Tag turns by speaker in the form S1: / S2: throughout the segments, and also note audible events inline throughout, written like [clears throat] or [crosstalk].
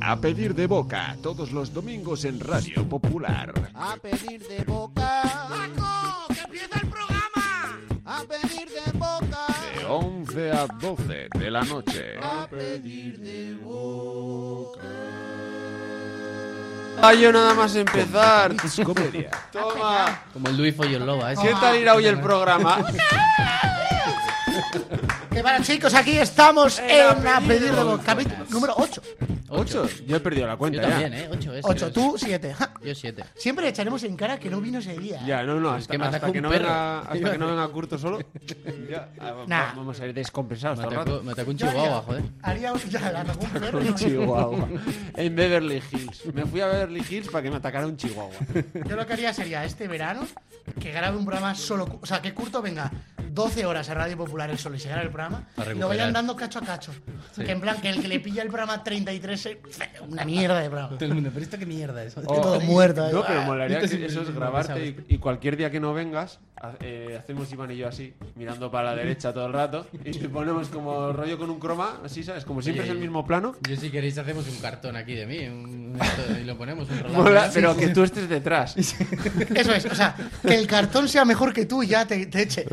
S1: a pedir de boca todos los domingos en Radio Popular.
S2: A pedir de boca.
S3: ¡Paco! ¡Que empieza el programa!
S2: A pedir de boca.
S1: De 11 a 12 de la noche.
S2: A pedir de boca.
S4: Ay, yo nada más empezar.
S1: Mix Comedia.
S4: Toma.
S5: Como el Luis Follón Loba, ¿eh?
S4: ¿Qué tal irá hoy el programa?
S3: ¿Qué para chicos? Aquí estamos en Eh, A Pedir de Boca. Capítulo número 8.
S4: ¿Ocho? Yo he perdido la
S5: Yo
S4: cuenta
S5: también,
S4: ya.
S5: ¿eh? Ocho es.
S3: 8,
S5: es.
S3: tú 7.
S5: Yo siete.
S3: Siempre le echaremos en cara que no vino ese día.
S4: Ya, no, no, hasta,
S5: que me
S4: hasta
S5: atacó
S4: que,
S5: un
S4: no
S5: perro.
S4: venga, hasta que no
S5: [laughs]
S4: venga Curto solo. ya, ah,
S3: Nah.
S4: Vamos a ir descompensados
S5: Me
S4: todo el
S5: atacó,
S4: rato.
S5: me atacó un
S3: Yo
S5: chihuahua,
S3: haría-
S5: joder.
S3: Haría un- ya, la atacó un [laughs] perro.
S4: Un chihuahua. En Beverly Hills. Me fui a Beverly Hills para que me atacara un chihuahua.
S3: Yo lo que haría sería este verano que grabe un programa solo. cu- O sea, que Curto venga 12 horas a Radio Popular el solo y se grabe el programa
S5: Para
S3: y lo vayan
S5: recuperar.
S3: dando cacho a cacho. Que en plan, que el que le pilla el programa 33 es una mierda de programa.
S5: Todo el mundo, pero esto qué mierda es.
S4: Oh.
S3: todo muerto. ¿eh? ahí.
S4: No, pero molaría
S5: Esto
S4: que
S5: es
S4: eso es
S5: un-
S4: grabarte y, y cualquier día que no vengas, ha- eh, hacemos Iván y yo así, mirando para la derecha todo el rato, y te ponemos como rollo con un croma, así, ¿sabes? Como siempre
S5: Oye,
S4: es el
S5: y-
S4: mismo plano.
S5: Yo si queréis hacemos un cartón aquí de mí un- esto, y lo ponemos un relato.
S4: Mola, pero que tú estés detrás.
S3: Eso es, o sea, que el cartón sea mejor que tú y ya te, te eche.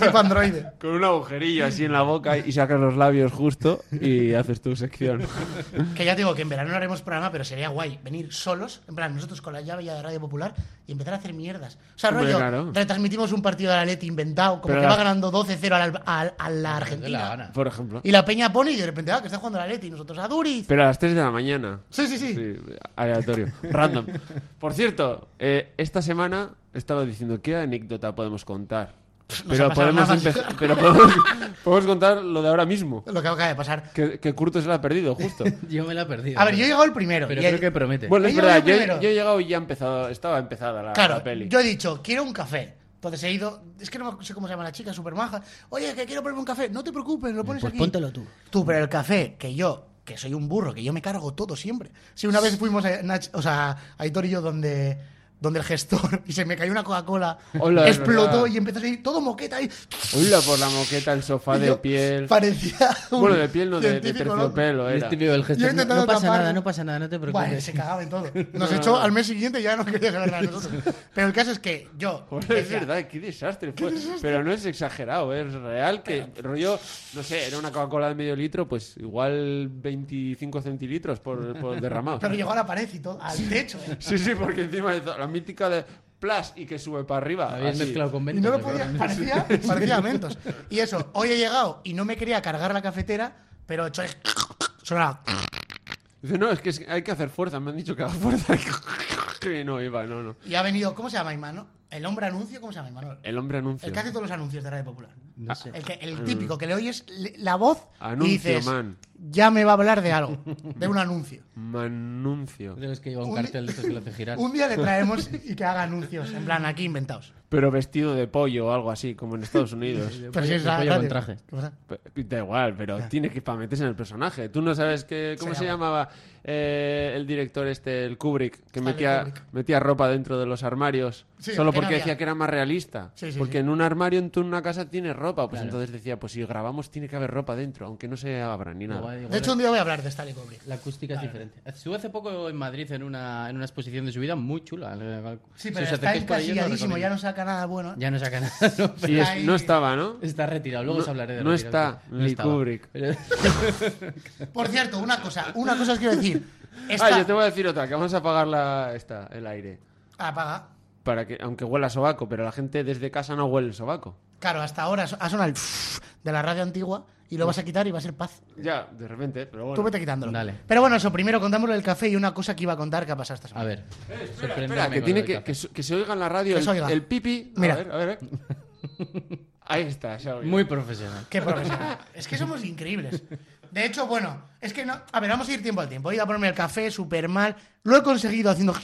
S3: tipo androide.
S4: Con un agujerillo así en la boca y sacas los labios justo y haces tu sección. [laughs]
S3: Que ya te digo que en verano no haremos programa, pero sería guay venir solos, en plan, nosotros con la llave ya de Radio Popular y empezar a hacer mierdas. O sea,
S4: Hombre,
S3: rollo,
S4: claro.
S3: retransmitimos un partido de la Leti inventado, como
S4: Pero
S3: que
S4: la-
S3: va ganando 12-0 a la, a- a la
S5: De la
S3: Argentina.
S5: gana.
S4: Por ejemplo.
S3: y la peña pone y de repente, ah, que está jugando la Leti y nosotros a Duriz.
S4: Pero a las 3 de la mañana.
S3: Sí, sí, sí.
S4: Sí, aleatorio, random. Por cierto, eh, esta semana estaba diciendo qué anécdota podemos contar.
S3: Nos ha
S4: Pero
S3: pasado
S4: podemos,
S3: nada más.
S4: empe- pero podemos, [laughs] podemos contar lo de ahora mismo.
S3: Lo que acaba de pasar.
S4: Que, que Curto se la ha perdido, justo.
S5: Yo me la he perdido.
S3: A ver, yo he llegado el primero.
S5: Pero
S3: y
S5: creo
S3: el-
S5: que
S4: [laughs]
S5: promete.
S4: Bueno, es
S3: Ella
S4: verdad,
S3: va
S4: yo,
S3: primero.
S4: yo he llegado y ya ha empezado, estaba empezada la,
S3: Claro,
S4: la peli.
S3: yo he dicho, quiero un café. Entonces he ido, es que no me- sé cómo se llama la chica, super maja. Oye, que quiero ponerme un café. No te preocupes, lo pones
S5: pues
S3: aquí.
S5: póntelo tú.
S3: Tú, pero el café, que yo, que soy un burro, que yo me cargo todo siempre. Si una vez fuimos a, Nach- o sea, a Aitor y yo donde, donde el gestor [laughs] y se me cayó una Coca-Cola,
S4: Hola, es
S3: explotó
S4: verdad.
S3: y empezó a ir todo moqueta ahí.
S4: Hola, por la moqueta, el sofá
S3: Y [laughs]
S4: de
S3: yo
S4: piel.
S3: Parecía un
S4: Bueno, de piel no, de, de
S3: científico loco.
S4: terciopelo
S5: Es
S4: era.
S5: típico del gesto.
S3: Yo he
S5: No,
S3: intentado
S5: no pasa
S3: taparlo.
S5: nada, no pasa nada, no te preocupes.
S3: Bueno, se cagaba en
S4: [laughs]
S3: todo. Nos echó al mes siguiente y ya no quería saber nada de nosotros. Pero el caso es que yo.
S4: Joder, es
S3: decía,
S4: verdad, qué desastre fue. Pero no es exagerado, es real que rollo, no sé, era una Coca-Cola de medio litro, pues igual 25 centilitros por, por derramado.
S3: Pero llegó a la pared y todo, al techo. ¿eh?
S4: Sí, sí, porque encima de todo, la mítica de plas y que sube para arriba.
S5: Habías
S4: así.
S5: mezclado con
S3: Y
S5: ventas.
S3: no lo
S5: ¿no?
S3: podía, parecía, parecía mentos. Y eso, hoy he llegado y no me quería cargar la cafetera, pero he hecho. Sonaba.
S4: Dice, no, es que es- hay que hacer fuerza, me han dicho que haga fuerza. [laughs] Que no, iba, no, no.
S3: Y ha venido, ¿cómo se llama Imanol? El hombre anuncio, ¿cómo se llama Imanol?
S4: El hombre anuncia.
S3: El que hace todos los anuncios de Radio Popular.
S5: No sé.
S3: El, que- el típico que le oyes le- la voz y
S4: Anuncio,
S3: dices,
S4: man.
S3: ya me va a hablar de algo, de un anuncio.
S4: Manuncio.
S5: De los que lleva un
S3: Un-
S5: cartel de estos que lo hace girar.
S3: Un día le traemos y que haga anuncios, en plan aquí inventados.
S4: Pero vestido de pollo o algo así, como en Estados Unidos.
S5: [laughs] De
S3: Pero si
S5: pollo-
S3: es
S5: de
S3: la
S5: pollo con
S3: radio.
S5: traje.
S3: ¿Qué pasa?
S4: Pe- Da igual, pero tiene que para meterse en el personaje. Tú no sabes que, cómo se,
S3: Se llama.
S4: llamaba eh, el director este, el Kubrick, que
S3: Stanley
S4: metía,
S3: Kubrick.
S4: metía ropa dentro de los armarios,
S3: Sí,
S4: solo
S3: que no
S4: porque
S3: había.
S4: decía que era más realista.
S3: Sí, sí,
S4: porque
S3: sí.
S4: en un armario, en tu- en una casa, tienes ropa. Pues entonces decía, pues si grabamos tiene que haber ropa dentro, aunque no se abra ni nada.
S5: Igual-
S3: De hecho, un día voy a hablar de Stanley Kubrick.
S5: La acústica es diferente. Estuve hace poco en Madrid en una, en una exposición de su vida muy chula.
S3: Sí,
S5: Si
S3: pero
S5: os
S3: está
S5: acercáis por ahí, os lo
S3: encasilladísimo, ya
S5: recomiendo.
S3: no saca nada bueno.
S5: Ya no saca [laughs] nada. ¿no?
S4: Y es-
S3: Ahí-
S4: no estaba, ¿no?
S5: Está retirado, luego
S4: No-
S5: os hablaré de
S4: no
S5: retirado.
S4: está ni
S5: estaba.
S4: Kubrick.
S5: Pero-
S3: Por cierto, una cosa, una cosa os quiero decir. Esta...
S4: Ah, yo te voy a decir otra, que vamos a apagar la, esta, el aire.
S3: Apaga.
S4: Para que, aunque huela a sobaco, pero la gente desde casa no huele sobaco.
S3: Claro, hasta ahora ha sonado el [laughs] de la radio antigua y lo vas a quitar y va a ser paz.
S4: Ya, de repente, pero bueno.
S3: Tú vete quitándolo.
S5: Dale.
S3: Pero bueno, eso, primero contámoslo del café y una cosa que iba a contar que ha pasado esta
S5: [laughs] A
S3: semana.
S5: ver. sorpréndeme
S4: Eh, Espera, que
S5: con
S4: tiene
S5: lo del
S4: que,
S5: café.
S4: que su- que se oiga en la radio
S3: Que
S4: el,
S3: se oiga.
S4: el pipi.
S3: Mira.
S4: A ver, a ver. [laughs] Ahí está, se ha oído.
S5: Muy profesional.
S3: Qué profesional. es que somos increíbles. De hecho, bueno, es que no. A ver, vamos a ir tiempo al tiempo. He ido a ponerme el café súper mal. Lo he conseguido haciendo. [laughs]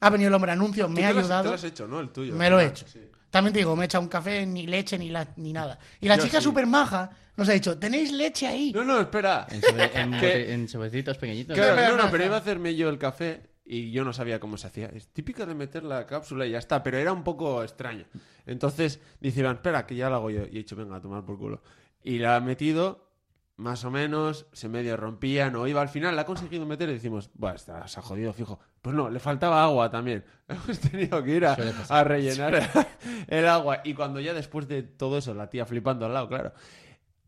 S3: Ha venido el hombre anuncio, me ha ayudado.
S4: hecho, Ah, ¿no? El tuyo.
S3: Me lo he hecho. También te digo, me he echado un café, ni leche, ni, la- ni nada. Y la
S4: Yo
S3: chica
S4: sí.
S3: súper maja nos ha dicho, ¿tenéis leche ahí?
S4: No, no, espera.
S5: En,
S4: [laughs]
S5: sobre- en
S4: Que-
S5: bote- en sobecitos pequeñitos.
S4: Claro,
S3: espera,
S4: no, no,
S3: espera.
S4: pero iba a hacerme yo el café y yo no sabía cómo se hacía. Es típico de meter la cápsula y ya está, pero era un poco extraño. Entonces dice Iván, espera, que ya lo hago yo. Y he dicho, venga, a tomar por culo. Y la ha metido más o menos, se medio rompía, no iba. Al final la ha conseguido meter y decimos, bueno, está, se ha jodido fijo. Pues no, le faltaba agua también. [laughs] Hemos tenido que ir a,
S5: Suele
S4: a rellenar [laughs] el agua. Y cuando ya después de todo eso, la tía flipando al lado, claro,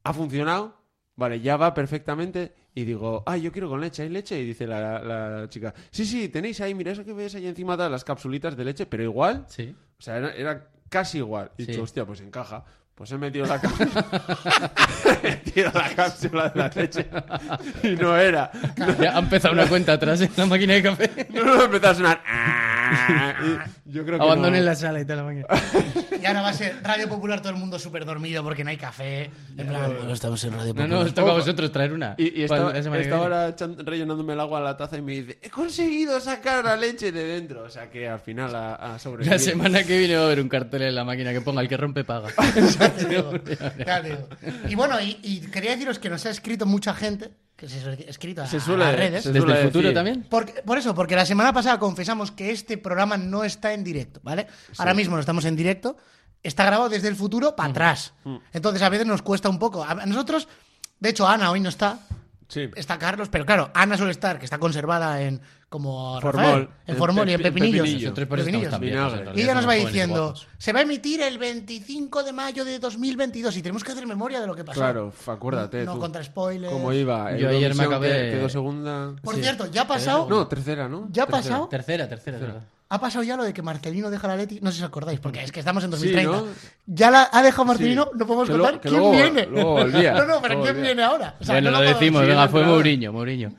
S4: ha funcionado, vale, ya va perfectamente. Y digo, ah, yo quiero con leche, ¿hay leche? Y dice la, la chica, sí, sí, tenéis ahí, mira eso que ves ahí encima, todas las capsulitas de leche, pero igual,
S5: Sí.
S4: o sea, era, era casi igual. Y
S5: Sí.
S4: dicho, hostia, pues encaja. Pues he metido la cápsula. [laughs] he metido la cápsula de la leche. Y no era.
S5: Ya ha empezado una cuenta atrás en la máquina de café.
S4: No, no, empezó a sonar. Ah, y Yo creo que.
S5: Abandonen
S4: no.
S5: la sala y tal la
S4: [laughs]
S5: máquina.
S3: Y ahora va a ser Radio Popular todo el mundo súper dormido porque no hay café. En plan, bueno, estamos en Radio
S5: No,
S3: Popular.
S5: no, os toca a vosotros traer una.
S4: Y, y
S5: Para
S4: estaba,
S5: la semana que
S4: estaba
S5: viene.
S4: ahora echan- rellenándome el agua a la taza y me dice: He conseguido sacar la leche de dentro. O sea que al final ha, ha sobrevivido. [laughs]
S5: La semana que viene va a haber un cartel en la máquina que ponga el que rompe paga.
S3: Ya te digo, ya te digo. Y bueno, y, y quería deciros que nos ha escrito mucha gente, que se ha escrito a,
S4: Se
S3: a
S4: suele-
S3: las redes.
S4: se-
S5: ¿Desde
S4: suele
S5: el futuro
S4: decir.
S5: también?
S3: Porque- por eso, porque la semana pasada confesamos que este programa no está en directo, ¿vale? Ahora mismo no estamos en directo, está grabado desde el futuro para atrás.
S4: Mm.
S3: Entonces a veces nos cuesta un poco. A a nosotros, de hecho, Ana hoy no está,
S4: Sí.
S3: está Carlos, pero claro, Ana suele estar, que está conservada en como
S4: Formol.
S3: Rafael, en
S4: En
S3: Formol y en
S4: Pepi- en
S3: Pepinillos.
S4: Pepinillo.
S5: Nosotros por eso
S3: Pepinillos.
S5: estamos tan viejos,
S4: Vinagre.
S5: en realidad,
S3: Y ella nos va
S5: somos jóvenes y
S3: diciendo,
S5: guapos.
S3: se va a emitir el 25 de mayo de 2022 y tenemos que hacer memoria de lo que pasó.
S4: Claro, f- acuérdate.
S3: No
S4: tú.
S3: contra spoilers.
S4: ¿Cómo iba?
S5: Yo ayer me
S4: Eurovisión,
S5: acabé-
S4: que- Quedó segunda.
S3: Por
S5: Sí.
S3: cierto, ya ha pasado,
S4: No, tercera, ¿no?
S3: ya ha
S4: Tercera.
S3: pasado,
S5: Tercera, tercera, es verdad.
S3: ha pasado ya lo de que Marcelino deja la Leti, no sé si os acordáis, porque es que estamos en 2030.
S4: ¿no?
S3: Ya la ha dejado Marcelino,
S4: Sí.
S3: no podemos
S4: Que lo-
S3: contar
S4: que
S3: quién
S4: luego-
S3: viene.
S4: luego volvía.
S3: [laughs] no, no, pero
S4: Luego
S3: quién
S4: volvía.
S3: viene ahora. O sea,
S5: bueno,
S3: no
S5: lo
S3: podemos-
S5: decimos,
S4: sí,
S5: venga,
S4: era
S5: fue
S4: entrada.
S5: Mourinho, Mourinho.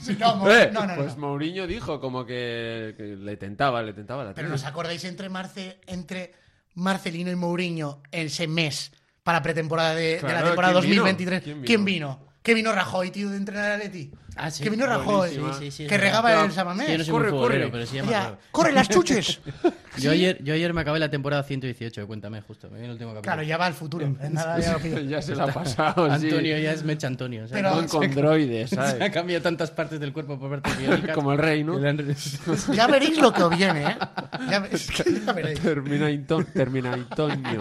S3: Sí, no, mo-
S4: Eh,
S3: no, no, no.
S4: pues Mourinho dijo como que, que le tentaba, le tentaba la
S3: Pero
S4: tele.
S3: ¿nos acordáis entre, Marce, entre Marcelino y Mourinho ese mes para pretemporada de, de la
S4: Claro,
S3: temporada
S4: ¿quién vino?
S3: 2023? ¿Quién
S4: ¿Quién
S3: vino?
S4: vino?
S3: ¿Quién vino? Rajoy, tío, de entrenar a Leti?
S5: Ah, sí.
S3: Que vino Rajoy,
S4: Buenísima.
S5: Sí, sí, sí, es
S3: que
S5: verdad.
S3: regaba
S4: Claro.
S3: el Samamés.
S5: Sí, yo no soy muy
S4: Corre,
S5: futbolero,
S4: corre.
S5: pero sí
S3: Oye,
S5: llama Rajoy.
S3: ¡Corre las
S4: [laughs]
S3: chuches!
S5: Yo ayer, yo ayer me acabé la temporada 118 de Cuéntame, justo. Me viene el último capítulo.
S3: claro, ya va al futuro. en
S4: [laughs]
S3: nada, ya lo pido.
S4: ya se la ha pasado,
S5: Antonio
S4: sí.
S5: ya es Mecha Antonio. o sea,
S3: Pero-
S4: Con condroides,
S5: Se ha
S4: ¿sabes?
S5: cambiado tantas partes del cuerpo por
S4: [laughs]
S5: partes biónicas.
S4: como el rey,
S5: [laughs]
S4: ¿no?
S5: Le han re- Sí,
S3: Ya veréis lo que os viene, ¿eh? Ya, ve- es que ya veréis.
S4: Termina, Intón- termina Antonio.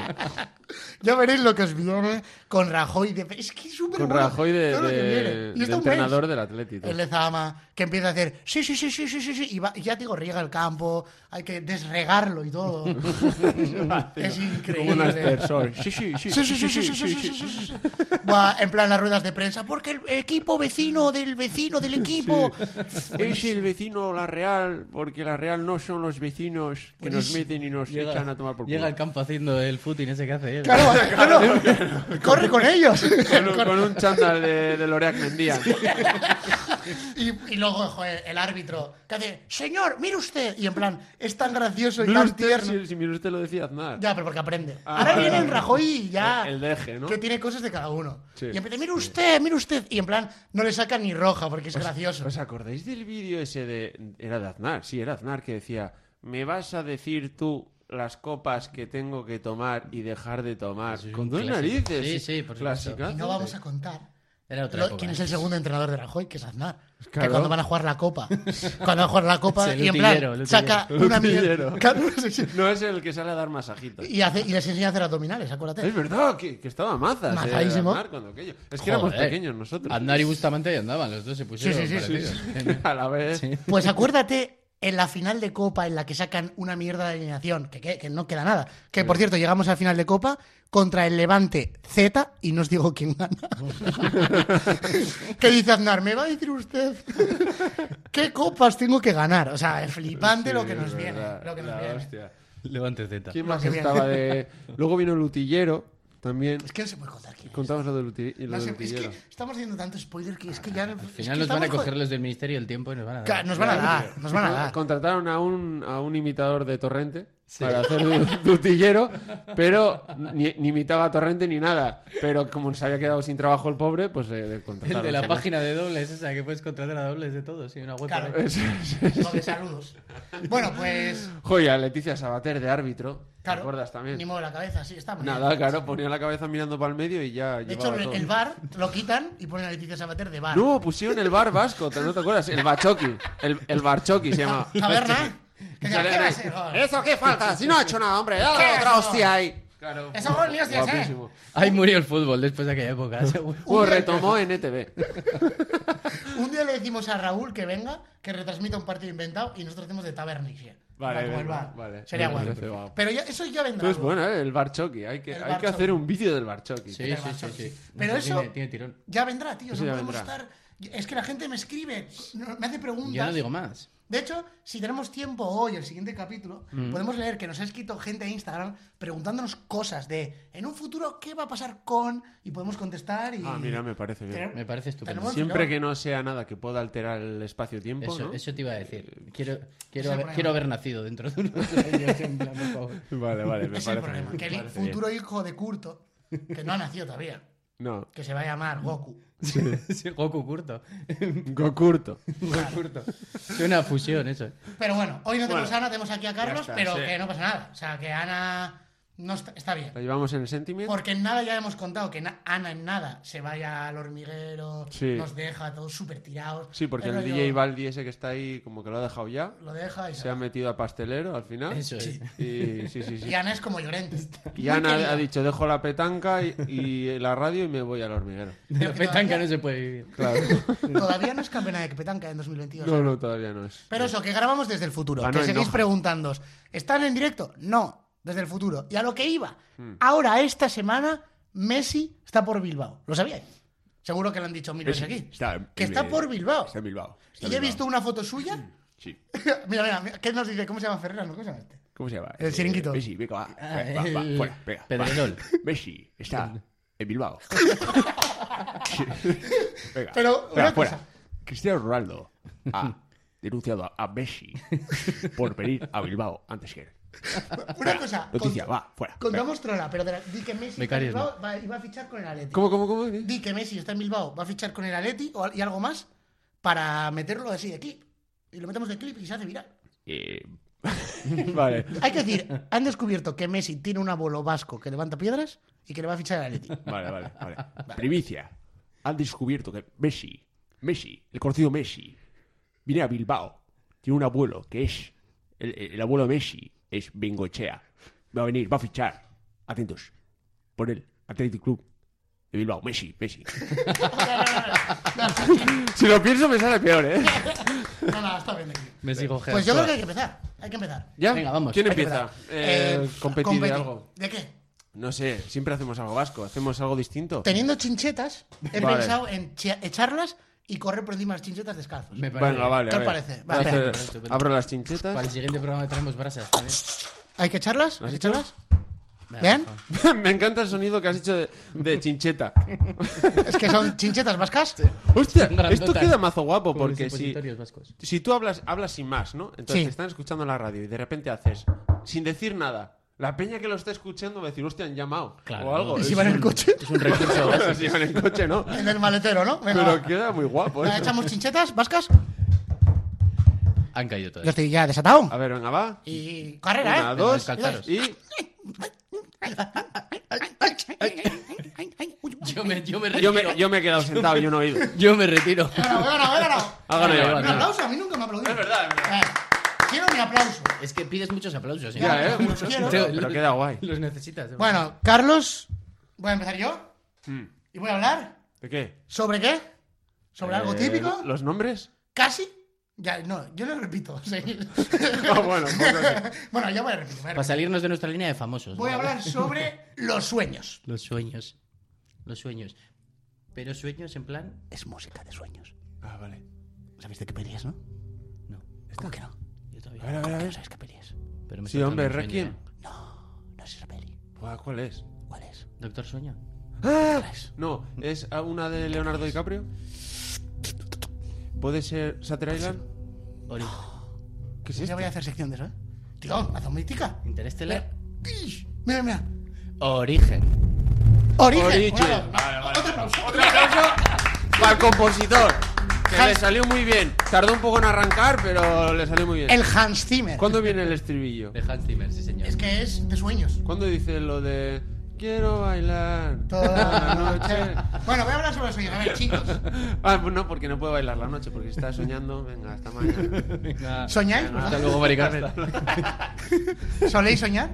S3: Ya veréis lo que os viene con Rajoy. de- Es que es súper
S4: Con
S3: bueno,
S4: Rajoy de,
S3: todo lo que viene.
S4: de-
S3: Y
S4: de
S3: está un mes.
S4: entrenador del Atlético. [laughs]
S3: El Lezama, que empieza a hacer sí, sí, sí, sí, sí, sí, sí, y, va- y ya te digo, riega el campo, hay que desregarlo y [laughs] todo. es
S4: Como un
S3: increíble.
S4: aspersor. Sí, sí, sí.
S3: Sí, sí, sí, sí, sí, sí, sí, sí, sí, sí. Buah, en plan las ruedas de prensa, porque el equipo vecino del vecino del equipo.
S4: Es el vecino La Real, porque La Real no son los vecinos que nos meten y nos
S5: Pues Llega-
S4: echan a tomar por culo.
S5: Llega al campo haciendo el footing ese que hace él.
S3: Claro, [laughs] claro, corre con ellos. [laughs]
S4: Con un, con un chándal de, de Loreac Mendía.
S3: Y, y luego joder, el árbitro, que hace, señor, mire usted. Y en plan, es tan gracioso y
S4: Mira
S3: tan
S4: usted,
S3: tierno.
S4: si, si mira usted lo decía Aznar.
S3: Ya, pero porque aprende.
S4: Ah,
S3: Ahora
S4: vale,
S3: viene el
S4: vale.
S3: Rajoy y ya.
S4: El- el deje, ¿no?
S3: Que tiene cosas de cada uno.
S4: Sí. Pues,
S3: Y empieza, mire usted, mire usted. Y en plan, no le saca ni roja porque es gracioso.
S4: ¿Os acordáis del vídeo ese de... Era de Aznar, sí, era Aznar que decía, me vas a decir tú las copas que tengo que tomar y dejar de tomar.
S5: Eso es
S4: Con
S5: un
S4: dos
S5: clásico.
S4: narices.
S5: Sí, sí, por supuesto.
S4: Clasicazo.
S3: y no vamos a contar.
S5: Era otra
S3: lo-
S5: época.
S3: ¿Quién es el segundo entrenador de Rajoy? Que es Aznar. Que
S4: Claro.
S3: cuando van a jugar la copa.
S4: [laughs]
S3: cuando van a jugar la copa
S5: Es el
S3: y en
S5: utillero,
S3: plan
S5: el utillero.
S3: saca
S4: El
S3: una mierda.
S4: utillero.
S3: Claro, sí, sí.
S4: No es el que sale a dar masajitos.
S3: Y, hace, y les enseña a hacer abdominales, acuérdate.
S4: Es verdad que, que estaba mazas. eh,
S3: Mazadísimo.
S4: Aznar cuando aquello. Es que éramos
S5: Joder.
S4: pequeños nosotros.
S5: Aznar y Bustamante ahí andaban, los dos se pusieron
S3: Sí, sí, sí,
S5: parecidos.
S4: [laughs] A la vez.
S5: Sí.
S3: Pues acuérdate en la final de Copa en la que sacan una mierda de alineación, que, que- que no queda nada. Que por cierto, llegamos a la final de Copa contra el Levante Z y no os digo quién
S5: [laughs]
S3: gana. que dice Aznar, me va a decir usted qué copas tengo que ganar. O sea, es flipante
S4: Sí,
S3: lo que
S4: es
S3: nos
S4: verdad,
S3: viene. Lo que nos
S4: la
S3: viene.
S4: hostia.
S5: [laughs] Levante Z.
S4: ¿Quién
S3: Lo
S4: más
S3: que viene.
S4: estaba de...? [laughs] Luego vino el utillero también.
S3: Es que no se puede contar quién es.
S4: Contamos lo del uti- lo
S3: No
S4: del
S3: se- es
S4: utillero.
S3: que estamos haciendo tanto spoiler que es que ya.
S5: Al final nos van a coger los del Ministerio del Tiempo y nos van a dar.
S3: Nos van a dar, nos van a dar.
S4: Contrataron a un, a un imitador de Torrente para hacer de, de utillero, pero ni, ni imitaba a Torrente ni nada. Pero como se había quedado sin trabajo el pobre, pues eh, le
S5: El
S4: contrataron.
S5: de la página de dobles esa, que puedes contratar a dobles de todos. [laughs] Sí, una web.
S3: Claro.
S5: por ahí.
S3: Lo de saludos. Bueno, pues.
S4: Joya, Leticia Sabater de árbitro.
S3: Claro,
S4: ¿Te acuerdas también?
S3: Ni modo la cabeza, sí, está muy bien.
S4: Nada, claro, ponía la cabeza mirando para el medio y ya
S3: De hecho,
S4: llevaba
S3: el
S4: todo.
S3: el bar lo quitan y ponen a Leticia Sabater de bar.
S4: No, pusieron el bar vasco, ¿te- ¿no te acuerdas? El bachoqui. El, el barchoqui se llama. [laughs]
S3: Taberna. Que
S4: Y
S3: diga,
S4: sale
S3: ¿qué va a
S4: ahí,
S3: ser? Eh,
S4: ¿Eso qué falta? Si no ha hecho nada, hombre. Dale
S3: ¿Qué
S4: otra
S3: eso?
S4: hostia ahí. Claro.
S3: Eso gol ni hostias, ¿eh?
S4: Guapísimo.
S5: Ahí murió el fútbol después de aquella época, seguro.
S4: Bueno, retomó en ETV.
S3: Un día le decimos a Raúl que venga, que retransmita un partido inventado y nosotros hacemos de taberniche.
S4: Vale,
S3: Como el
S4: venga,
S3: bar.
S4: vale.
S3: Sería
S4: Me
S3: guay.
S4: parece guapo.
S3: Pero ya- eso ya vendrá.
S4: Entonces,
S3: luego.
S4: bueno, ¿eh? el Bar Choki. Hay que,
S3: El
S4: hay
S3: Bar
S4: que hacer
S3: Choki.
S4: un vídeo del Bar Choki.
S5: Sí, sí, sí,
S3: Barça,
S5: sí.
S3: sí. Pero eso-
S5: Tiene, tiene tirón.
S3: Ya vendrá, tío.
S4: Eso
S3: no
S4: ya
S3: podemos
S4: vendrá.
S3: estar. Es que la gente me escribe, no- me hace preguntas.
S5: Yo no digo más.
S3: De hecho, si tenemos tiempo hoy, el siguiente capítulo,
S4: Mm.
S3: podemos leer que nos ha escrito gente de Instagram preguntándonos cosas de en un futuro qué va a pasar con. Y podemos contestar y.
S4: Ah, mira, me parece bien.
S3: Tener-
S5: Me parece estupendo.
S3: Tenemos-
S4: Siempre que no sea nada que pueda alterar el espacio-tiempo,
S5: Eso,
S4: ¿no?
S5: eso te iba a decir. Quiero,
S3: el
S5: quiero, haber,
S3: problema.
S5: quiero haber nacido
S3: [laughs]
S5: dentro de unos años, en plan, por favor.
S4: [laughs] Vale, vale,
S3: Ese
S4: me
S3: es
S4: parece
S3: el problema.
S4: bien,
S3: Que
S4: me
S3: el
S4: parece bien.
S3: futuro hijo de Curto, que no ha nacido todavía,
S4: No,
S3: que se va a llamar
S4: [laughs]
S3: Goku.
S5: [laughs] Sí, Goku curto.
S4: Gocurto.
S5: Goku curto. Suena a
S3: [laughs]
S5: fusión eso.
S3: Pero bueno, hoy no tenemos
S4: Bueno,
S3: a Ana, tenemos aquí a Carlos,
S4: está,
S3: pero
S4: sí.
S3: que no pasa nada. O sea, que Ana no está, está bien.
S4: ¿La llevamos en el sentimiento?
S3: Porque en nada ya hemos contado que na- Ana en nada se vaya al hormiguero,
S4: Sí.
S3: nos deja todos súper tirados.
S4: Sí, porque el,
S3: rollo
S4: DJ Baldi ese que está ahí, como que lo ha dejado ya,
S3: Lo deja y se
S4: se ha
S3: va.
S4: metido a pastelero al final.
S5: Eso es.
S4: Y, sí, sí,
S3: [laughs]
S4: sí.
S3: Y Ana es como llorente.
S4: Y
S3: Muy
S4: Ana
S3: querida.
S4: ha dicho, dejo la petanca y, y la radio y me voy al hormiguero.
S5: De
S3: Pero
S5: la
S3: que
S5: petanca
S3: todavía-
S5: no se puede vivir.
S3: [laughs]
S4: Claro.
S3: Todavía no es campeona de petanca en 2022.
S4: No, no, todavía no es.
S3: Pero eso, que grabamos desde el futuro.
S4: Ganó
S3: que
S4: en
S3: seguís
S4: Doha.
S3: preguntándoos. ¿Están en directo? No, desde el futuro. Y a lo que iba. Ahora, esta semana, Messi está por Bilbao. ¿Lo sabíais? Seguro que lo han dicho mil veces aquí. que está por Bilbao.
S1: Está en Bilbao. está en
S3: y he
S1: Bilbao.
S3: visto una foto suya. [laughs]
S1: Sí.
S3: mira, mira, mira, ¿qué nos dice? ¿Cómo se llama Ferreras? ¿No? ¿Cómo se llama este?
S1: ¿Cómo se llama?
S3: El
S1: Eh,
S3: chiringuito.
S1: Messi, venga, va.
S5: Ah,
S1: va, va,
S5: el
S1: fuera, venga, va.
S5: Pedrerol.
S1: [laughs] Messi está en
S3: [laughs]
S1: Bilbao. Sí. Venga,
S3: Pero,
S1: fuera,
S3: una
S1: fuera.
S3: cosa.
S1: Cristiano Ronaldo ha denunciado a- a Messi por venir a Bilbao antes que él.
S3: Una cosa.
S1: Noticia,
S3: cont-
S1: va, fuera.
S3: Contamos trola, pero de la- di que Messi está en
S5: Becarios,
S3: Bilbao va- y va a fichar con el Atleti.
S4: ¿Cómo, cómo, cómo?
S3: Di que Messi está en Bilbao, va a fichar con el Atleti o al- y algo más para meterlo así de clip. Y lo metemos de clip y se hace viral.
S1: Eh, [laughs]
S4: Vale.
S3: Hay que
S4: [laughs]
S3: decir, han descubierto que Messi tiene un abuelo vasco que levanta piedras y que le va a fichar al
S4: [laughs]
S3: Atleti. [laughs]
S1: Vale, vale, vale. Primicia. Han descubierto que Messi, Messi, el conocido Messi, viene a Bilbao. Tiene un abuelo que es. El, el abuelo de Messi es Bengochea. Va a venir, va a fichar. Atentos. Por él, Athletic Club de Bilbao. Messi, Messi.
S4: [laughs] Si lo pienso me sale peor, ¿eh?
S3: No, no, está bien. de clip.
S5: Me sigo
S3: Pues yo creo que hay que empezar. Hay que empezar.
S4: ¿Ya?
S5: Venga, vamos.
S4: ¿Quién
S3: Hay que
S4: empieza?
S3: empezar.
S4: Eh,
S3: Eh,
S4: competir de
S3: competir.
S4: algo.
S3: ¿De qué?
S4: No sé, siempre hacemos algo vasco, hacemos algo distinto.
S3: Teniendo chinchetas, he
S4: Vale.
S3: pensado en chi- echarlas y correr por encima de las chinchetas descalzos.
S5: Me parece.
S4: Venga, vale.
S3: ¿Qué
S4: a
S3: os
S4: ver.
S3: parece?
S4: Voy a
S3: Vale.
S4: hacer-
S5: Estupendo.
S4: Abro las
S5: Para el
S4: chinchetas.
S5: siguiente programa traemos brasas también.
S3: ¿Hay que echarlas? ¿Hay que echarlas?
S5: Venga,
S3: ¿Vean?
S5: por favor.
S4: [laughs] me encanta el sonido que has hecho de,
S3: [laughs]
S4: de chincheta.
S3: Es que son chinchetas vascas.
S4: Hostia,
S5: Grandotas.
S4: esto queda mazo guapo
S5: Como los
S4: porque si,
S5: supositorios vascos.
S4: si tú hablas, hablas sin más, ¿no? Entonces
S3: Sí.
S4: te están escuchando en la radio y de repente haces, sin decir nada, la peña que lo está escuchando va a decir, hostia, han llamado.
S5: Claro.
S4: O
S3: [laughs]
S4: algo.
S3: ¿Y si
S4: Es
S3: van en
S4: un-
S3: el coche?
S5: Es
S4: [laughs]
S5: un recurso
S4: Bueno,
S5: básico.
S4: si van en el coche, ¿no?
S3: En el maletero, ¿no? Venga,
S4: Pero
S3: va.
S4: queda muy guapo. ¿eh?
S3: Venga,
S4: eso.
S3: echamos chinchetas vascas.
S5: Han caído todas.
S3: Yo estoy ya desatado.
S4: A ver, venga, va.
S3: Y carrera, ¿eh?
S4: Una, dos,
S5: descalzaros.
S4: y...
S5: Yo me, yo me
S4: [laughs] Yo
S5: retiro.
S4: me, yo me he quedado sentado, yo no he oído.
S5: Yo
S4: [laughs]
S5: me retiro.
S3: He ganado, he ganado, he ganado.
S4: Ha ganado
S5: Venga,
S4: Iván,
S3: Un
S4: venga.
S5: va, venga.
S3: aplauso, a mí nunca me aplaudieron.
S4: Es verdad, es verdad.
S3: Eh, quiero mi aplauso.
S5: Es que pides muchos aplausos. ¿eh?
S4: Ya, ¿eh?
S3: Los
S4: Muchos.
S3: quiero.
S4: Pero, pero queda guay.
S5: Los necesitas. ¿eh? [laughs]
S3: Bueno, Carlos, voy a empezar yo.
S4: Mm.
S3: Y voy a hablar
S4: ¿De qué?
S3: sobre qué? ¿Sobre algo
S4: Eh,
S3: típico?
S4: ¿Los nombres?
S3: ¿Casi? Ya, no, yo lo repito. [laughs] o sea,
S4: Ah, bueno, pues no sé.
S3: bueno, ya voy a repetir. voy a
S5: Para
S3: repetir.
S5: salirnos de nuestra línea de famosos.
S3: Voy a
S5: ¿vale?
S3: hablar [laughs] sobre los sueños.
S5: Los sueños. Los sueños. Pero sueños en plan.
S3: Es música de sueños.
S4: Ah, vale.
S3: ¿Sabéis de qué peli es, no?
S5: No.
S3: ¿Cómo que no?
S4: A
S5: Yo
S4: ver,
S5: todavía.
S4: a ver, a
S3: ¿No
S4: ver.
S3: sabéis qué peli es?
S5: Pero me
S4: Sí,
S5: está
S4: hombre,
S5: entrando un sueño,
S4: Requiem.
S5: ¿eh?
S3: No es esa peli.
S4: Buah, ¿Cuál es?
S3: ¿Cuál es?
S5: Doctor Sueño.
S4: Ah, no, es a una de Leonardo DiCaprio. ¿Puede ser Shutter Island?
S5: Ori-
S4: ¿Qué es
S3: Ya
S4: esto?
S3: voy a hacer sección de eso, ¿eh? Tío, haz mítica.
S5: Interestelar.
S3: Eh. ¡Ish! Mira, mira.
S5: Origen.
S3: Origen.
S4: Origen.
S3: Bueno,
S4: Vale, vale.
S3: Otro aplauso.
S4: Otro aplauso para el compositor. Que le salió muy bien. Tardó un poco en arrancar, pero le salió muy bien.
S3: El Hans Zimmer.
S4: ¿Cuándo viene el estribillo?
S5: De Hans Zimmer, sí, señor.
S3: Es que es de sueños.
S4: ¿Cuándo dice lo de quiero bailar
S3: Toda la
S5: Ah,
S4: toda la noche?
S3: Bueno, voy a hablar sobre los sueños. A ver, chicos.
S4: [laughs] Ah, pues no, porque no puedo bailar la noche, porque si está soñando, venga, hasta mañana.
S5: Venga.
S3: ¿Soñáis?
S5: Hasta luego, Maricasta.
S3: ¿Soléis soñar?
S5: [laughs]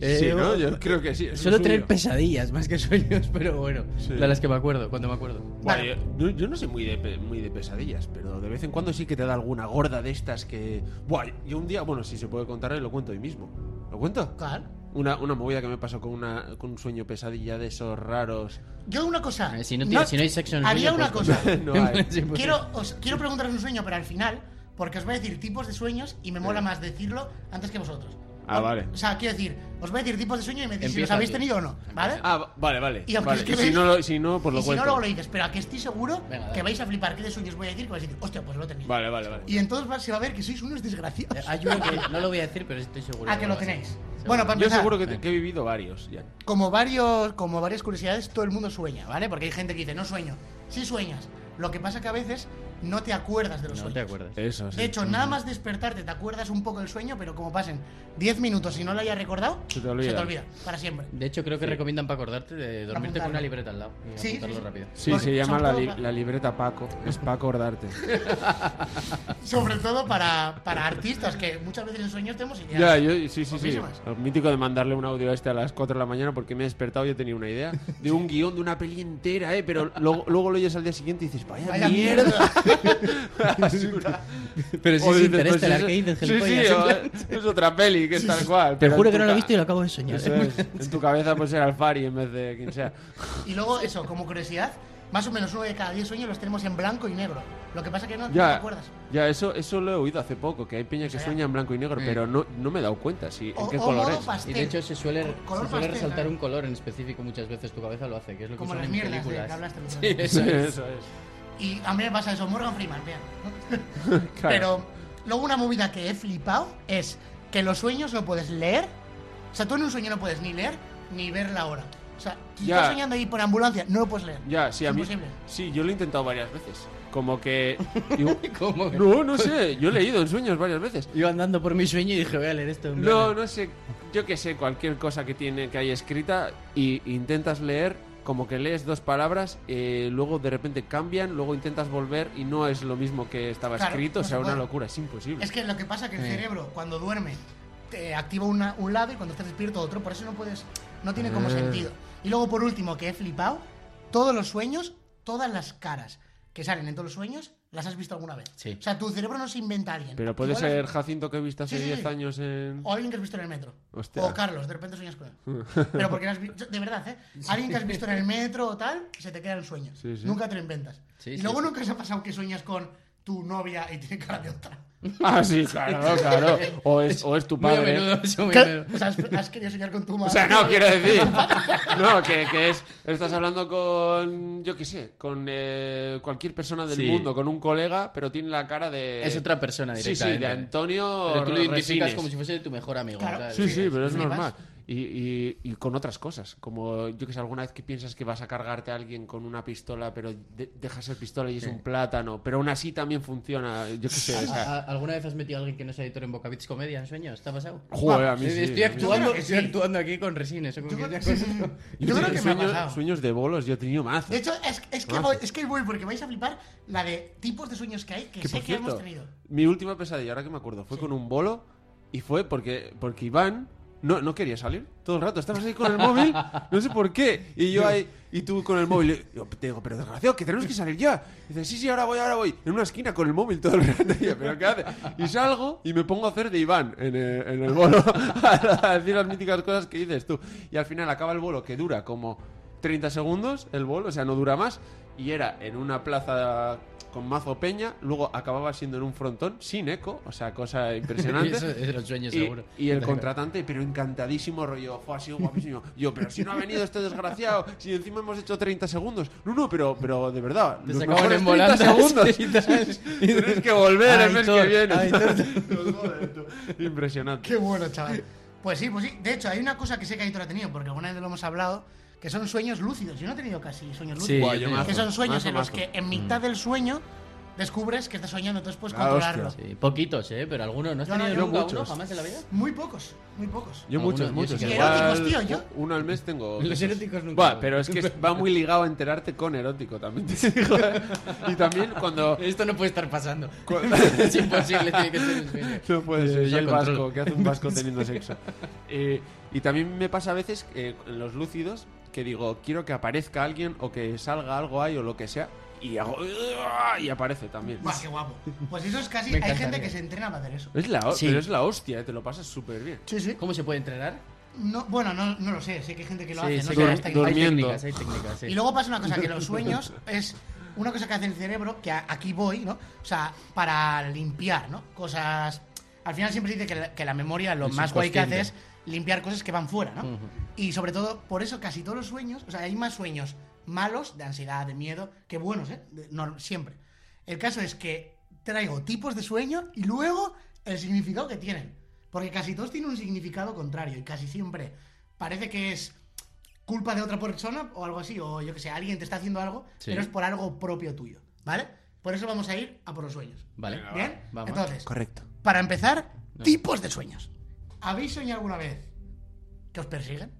S5: Eh,
S4: sí, ¿no? Yo creo que sí. es un
S5: Suelo
S4: sueño.
S5: tener pesadillas más que sueños, pero bueno,
S4: Sí.
S5: de las que me acuerdo, cuando me acuerdo.
S4: Bueno, yo, yo- yo no soy muy de, pe- muy de pesadillas, pero de vez en cuando sí que te da alguna gorda de estas que... Buah, yo un día, bueno, si se puede contar, eh, lo cuento hoy mismo. ¿Lo cuento?
S3: Claro.
S4: Una, una movida que me pasó con, una, con un sueño pesadilla de esos raros.
S3: Yo una cosa.
S5: Eh, Si no, tiene- si no hay sexo en el
S3: Haría
S5: sueño,
S3: una
S5: pues,
S3: cosa.
S5: [laughs]
S4: No hay.
S5: Sí, pues,
S3: quiero, os, quiero preguntaros un sueño, pero al final, porque os voy a decir tipos de sueños y me mola más decirlo antes que vosotros.
S4: Ah, vale.
S3: O sea, quiero decir, os voy a decir tipos de sueño y me decís si los
S5: Empieza,
S3: habéis
S5: tío.
S3: tenido o no, ¿vale?
S4: Ah, va- vale, vale.
S3: Y aunque
S4: vale.
S3: escribes-
S4: si, no, lo- si no, pues
S3: y
S4: lo
S3: si
S4: cuento.
S3: no, luego lo dices, pero aquí estoy seguro
S5: Venga, dale.
S3: que vais a flipar qué de sueños voy a decir, que vais a decir, hostia, pues lo he tenido.
S4: Vale, vale, vale.
S3: Y entonces va- se va a ver que sois unos
S5: Eh,
S3: desgraciados.
S5: Hay uno que no lo voy a decir, pero estoy seguro.
S3: Ah, que lo
S5: va a ser.
S3: tenéis.
S5: Seguro.
S3: Bueno, para
S4: Yo
S3: empezar,
S4: seguro que, te- que he vivido varios ya.
S3: como, varios, como varias curiosidades, todo el mundo sueña, ¿vale? Porque hay gente que dice, no sueño. Sí sueñas. Lo que pasa que a veces no te acuerdas de los
S5: No
S3: sueños.
S5: te acuerdas.
S4: Eso,
S3: De hecho, nada más despertarte te acuerdas un poco del sueño, pero como pasen 10 minutos y no lo hayas recordado,
S4: Se te olvida.
S3: para siempre.
S5: De hecho, creo que recomiendan para acordarte de dormirte
S3: Apuntarlo.
S5: con una libreta al lado. Y
S3: Sí, sí,
S5: apuntarlo
S3: sí.
S4: [laughs]
S5: rápido.
S4: Sí,
S3: Porque
S4: se llama
S3: son
S4: la,
S3: todo
S4: li-
S3: ra-
S4: la libreta Paco. Es para acordarte.
S3: Sobre todo para, para artistas, que muchas veces en sueños tenemos ideas.
S4: Ya, yo, sí, sí, sí.
S3: Guapísimas.
S4: Lo mítico de mandarle un audio a este a las 4 de la mañana porque me he despertado y he tenido una idea de un guión de una peli entera, ¿eh? Pero luego, luego lo oyes al día siguiente y dices, vaya,
S3: Vaya
S4: mierda. [laughs]
S3: mierda.
S4: basura".
S5: Pero este,
S4: O
S5: sí, sí,
S4: dices, pues,
S5: Interestelar,
S4: eso-
S5: que dices,
S4: Sí, sí,
S5: gilipollas.
S4: o- es otra peli que es tal cual.
S5: Te
S4: pero
S5: juro
S4: en
S5: que
S4: tu
S5: no lo he
S4: ca-
S5: visto y lo acabo de soñar.
S4: Eso es. En tu cabeza pues era Alfari en vez de quien
S5: [laughs]
S4: sea.
S3: Y luego, eso, como curiosidad, más o menos uno de cada 10 sueños los tenemos en blanco y negro. Lo que pasa que no, no te
S4: Ya,
S3: acuerdas.
S4: ya eso, eso lo he oído hace poco, que hay peña que
S3: sea,
S4: sueña en blanco y negro,
S5: Mm.
S4: pero no, no me he dado cuenta si,
S3: O,
S4: en qué
S3: o
S4: color
S3: modo
S4: es.
S5: Y
S3: pastel.
S5: de hecho se suele,
S3: Co- color
S5: se suele
S3: pastel,
S5: resaltar
S3: ¿no?
S5: un color en específico muchas veces tu cabeza lo hace, que es lo que
S3: como
S5: usan
S3: las
S5: en
S3: mierdas de
S5: películas.
S3: que
S5: [laughs]
S3: hablaste el otro
S5: Sí,
S3: día.
S5: eso
S4: [laughs]
S5: es.
S4: Eso es.
S3: Y a mí me pasa eso, Morgan Freeman, vean.
S4: Claro.
S3: Pero luego una movida que he flipado es que los sueños no puedes leer. O sea, tú en un sueño no puedes ni leer ni ver la hora. O sea, si
S4: Ya.
S3: estás soñando ahí por ambulancia, no lo puedes leer.
S4: Ya, sí,
S3: Es
S4: a mí.
S3: imposible.
S4: Sí, yo lo he intentado varias veces. Como que.
S5: [laughs]
S4: digo,
S5: ¿Cómo?
S4: no, no sé, yo he leído en sueños varias veces.
S5: Yo andando por mi sueño y dije, voy a leer esto. en
S4: No,
S5: plan.
S4: no sé, yo que sé, cualquier cosa que tiene que hay escrita y intentas leer, como que lees dos palabras, eh, luego de repente cambian, luego intentas volver y no es lo mismo que estaba
S3: Claro,
S4: escrito, o
S3: no se
S4: sea, una
S3: puede.
S4: locura, es imposible.
S3: Es que lo que pasa es que el cerebro, cuando duerme, te activa una- un lado y cuando estás despierto otro. Por eso no puedes. No tiene como
S4: Ah.
S3: sentido. Y luego, por último, que he flipado, todos los sueños, todas las caras que salen en todos los sueños, las has visto alguna vez.
S5: Sí.
S3: O sea, tu cerebro no se inventa a alguien.
S4: Pero puede
S3: Igual es-
S4: ser Jacinto que viste hace
S3: Sí, sí,
S4: 10
S3: sí.
S4: años en.
S3: O alguien que has visto en el metro.
S4: Hostia.
S3: O Carlos, de repente sueñas con él. Pero porque lo has vi- De verdad, ¿eh? Alguien que has visto en el metro o tal, se te queda el sueño.
S4: Sí, sí.
S3: Nunca te lo inventas.
S5: Sí,
S3: y
S5: sí,
S3: luego
S5: sí.
S3: nunca se ha pasado que sueñas con tu novia y tiene cara de otra.
S4: Ah, sí, claro, claro. O es, o es tu
S5: Muy a
S4: padre.
S5: menudo, [laughs] eso muy a
S3: ¿Qué?
S5: menudo.
S3: O sea, has, has querido soñar con tu madre.
S4: O sea, no, quiero
S5: [laughs]
S4: decir. No, que, que es. Estás hablando con. Yo qué sé, con eh, cualquier persona del
S5: Sí.
S4: mundo, con un colega, pero tiene la cara de.
S5: Es otra persona
S4: Sí, sí,
S5: directamente.
S4: de Antonio.
S5: Pero tú lo identificas
S4: Resines.
S5: como si fuese tu mejor amigo.
S3: Claro.
S5: tal.
S4: Sí, sí, pero es
S3: Flipas.
S4: normal. Y, y- y con otras cosas, como yo que sé, alguna vez que piensas que vas a cargarte a alguien con una pistola, pero de- dejas el pistola y es un plátano, pero aún así también funciona, yo qué sé. o sea,
S5: [laughs] ¿A- a- ¿Alguna vez has metido a alguien que no sea editor en Bocavits Comedia en sueños? ¿Está pasado?
S4: Joder, a mí
S5: Sí,
S4: sí,
S5: estoy,
S4: a mí sí.
S5: actuando,
S3: creo que
S5: estoy
S3: sí.
S5: actuando aquí con resines. o con
S3: Yo
S5: que-
S3: creo, sí, sí, sí. Yo creo que me ha
S4: Sueños-
S3: pasado.
S4: Sueños de bolos, yo he tenido mazo.
S3: De hecho, es, es que
S4: Ah.
S3: voy, es que voy porque vais a flipar la de tipos de sueños que hay que,
S4: Que,
S3: sé
S4: por
S3: que hemos
S4: cierto,
S3: tenido.
S4: mi última pesadilla, ahora que me acuerdo, fue con un bolo y fue porque, porque Iván no, no quería salir todo el rato. Estabas ahí con el móvil, no sé por qué. Y yo ahí, y tú con el móvil. y Yo te digo, pero desgraciado, que tenemos que salir ya. Y dice, sí, sí, ahora voy, ahora voy. En una esquina con el móvil todo el rato. Y yo, pero ¿qué hace? Y salgo y me pongo a hacer de Iván en el, en el bolo. [laughs] a decir las míticas cosas que dices tú. Y al final acaba el bolo que dura como 30 segundos el bolo, o sea, no dura más. Y era en una plaza con mazo peña, luego acababa siendo en un frontón sin eco, o sea,
S5: [laughs]
S4: cosa impresionante.
S5: Eso es de los sueños,
S4: Y,
S5: seguro.
S4: y el contratante, pero encantadísimo, rollo, fue así guapísimo. Yo, pero si no ha venido este desgraciado, si encima hemos hecho 30 segundos. No, no, pero, pero de verdad,
S5: Te
S4: los
S5: sacaban
S4: mejores 30
S5: en [laughs] volandas
S4: segundos.
S5: y tal.
S4: Tienes que volver el mes
S5: Aitor,
S4: que viene. [laughs]
S5: Aitor.
S4: Los joder, tú. Impresionante.
S3: Qué bueno, chaval. Pues sí, pues sí. De hecho, hay una cosa que sé que Aitor ha tenido, porque alguna vez lo hemos hablado, que son sueños lúcidos. Yo no he tenido casi sueños
S5: Sí,
S3: lúcidos.
S5: yo
S4: Guay, yo
S5: tengo-
S4: mazo,
S3: que son sueños
S4: mazo,
S5: Mm.
S3: en los
S4: mazo.
S3: que en mitad del sueño descubres que estás soñando, entonces puedes
S4: Ah,
S3: controlarlo.
S4: hostia,
S5: Sí, poquitos, ¿eh? Pero algunos. ¿No has
S3: Yo no,
S5: tenido
S3: yo
S5: nunca uno
S4: muchos.
S5: jamás en la vida?
S3: Muy pocos, muy pocos.
S4: Yo
S5: Algunos,
S4: muchos,
S5: yo
S4: muchos.
S5: sí que-
S4: Igual
S3: Eróticos, tío, yo.
S4: u- Uno al mes tengo.
S5: Los
S4: dos.
S5: eróticos nunca.
S4: Buah, pero es que va muy ligado a enterarte con erótico también. te digo, ¿eh? y también cuando.
S5: Esto no puede estar pasando.
S4: Cu-
S5: [laughs] es imposible, tiene que ser un sueño.
S4: [laughs] No puede ser,
S5: Yo
S4: es el
S5: controlo.
S4: vasco, que hace un [laughs] vasco teniendo sexo. Eh, y también me pasa a veces eh, en los lúcidos que digo, quiero que aparezca alguien o que salga algo ahí o lo que sea. Y hago. ¡ah! Y aparece también.
S3: Buah, qué guapo. Pues eso es casi.
S5: Me
S3: Hay gente
S5: encantaría.
S3: que se entrena para hacer eso.
S4: Es la, ho-
S5: Sí.
S4: Pero es la hostia, eh, te lo pasas súper bien.
S3: Sí, sí.
S5: ¿Cómo se puede entrenar?
S3: No, bueno, no, no lo sé, sé que hay gente que lo
S5: Sí,
S3: hace,
S5: sí,
S3: no
S5: que
S3: sé
S5: hay-
S3: hasta
S5: hay
S4: durmiendo.
S5: técnicas, hay técnicas. sí.
S3: Y luego pasa una cosa, que los sueños es una cosa que hace el cerebro, que a- aquí voy, ¿no? O sea, para limpiar, ¿no? Cosas... Al final siempre se dice que la, que la memoria lo
S5: El
S3: más guay que hace es
S5: subconsciente.
S3: limpiar cosas que van fuera, ¿no?
S5: Ujú.
S3: Y sobre todo, por eso casi todos los sueños, o sea, hay más sueños malos, de ansiedad, de miedo, que buenos, ¿eh? De- nor- siempre. El caso es que traigo tipos de sueño y luego el significado que tienen. Porque casi todos tienen un significado contrario y casi siempre parece que es culpa de otra persona o algo así, o yo que sé, alguien te está haciendo algo,
S5: Sí.
S3: pero es por algo propio tuyo, ¿vale? Por eso vamos a ir a por los sueños.
S5: Vale.
S3: ¿Bien?
S5: Vamos.
S3: Entonces,
S4: Correcto.
S3: para empezar, tipos de sueños. ¿Habéis soñado alguna vez que os persiguen?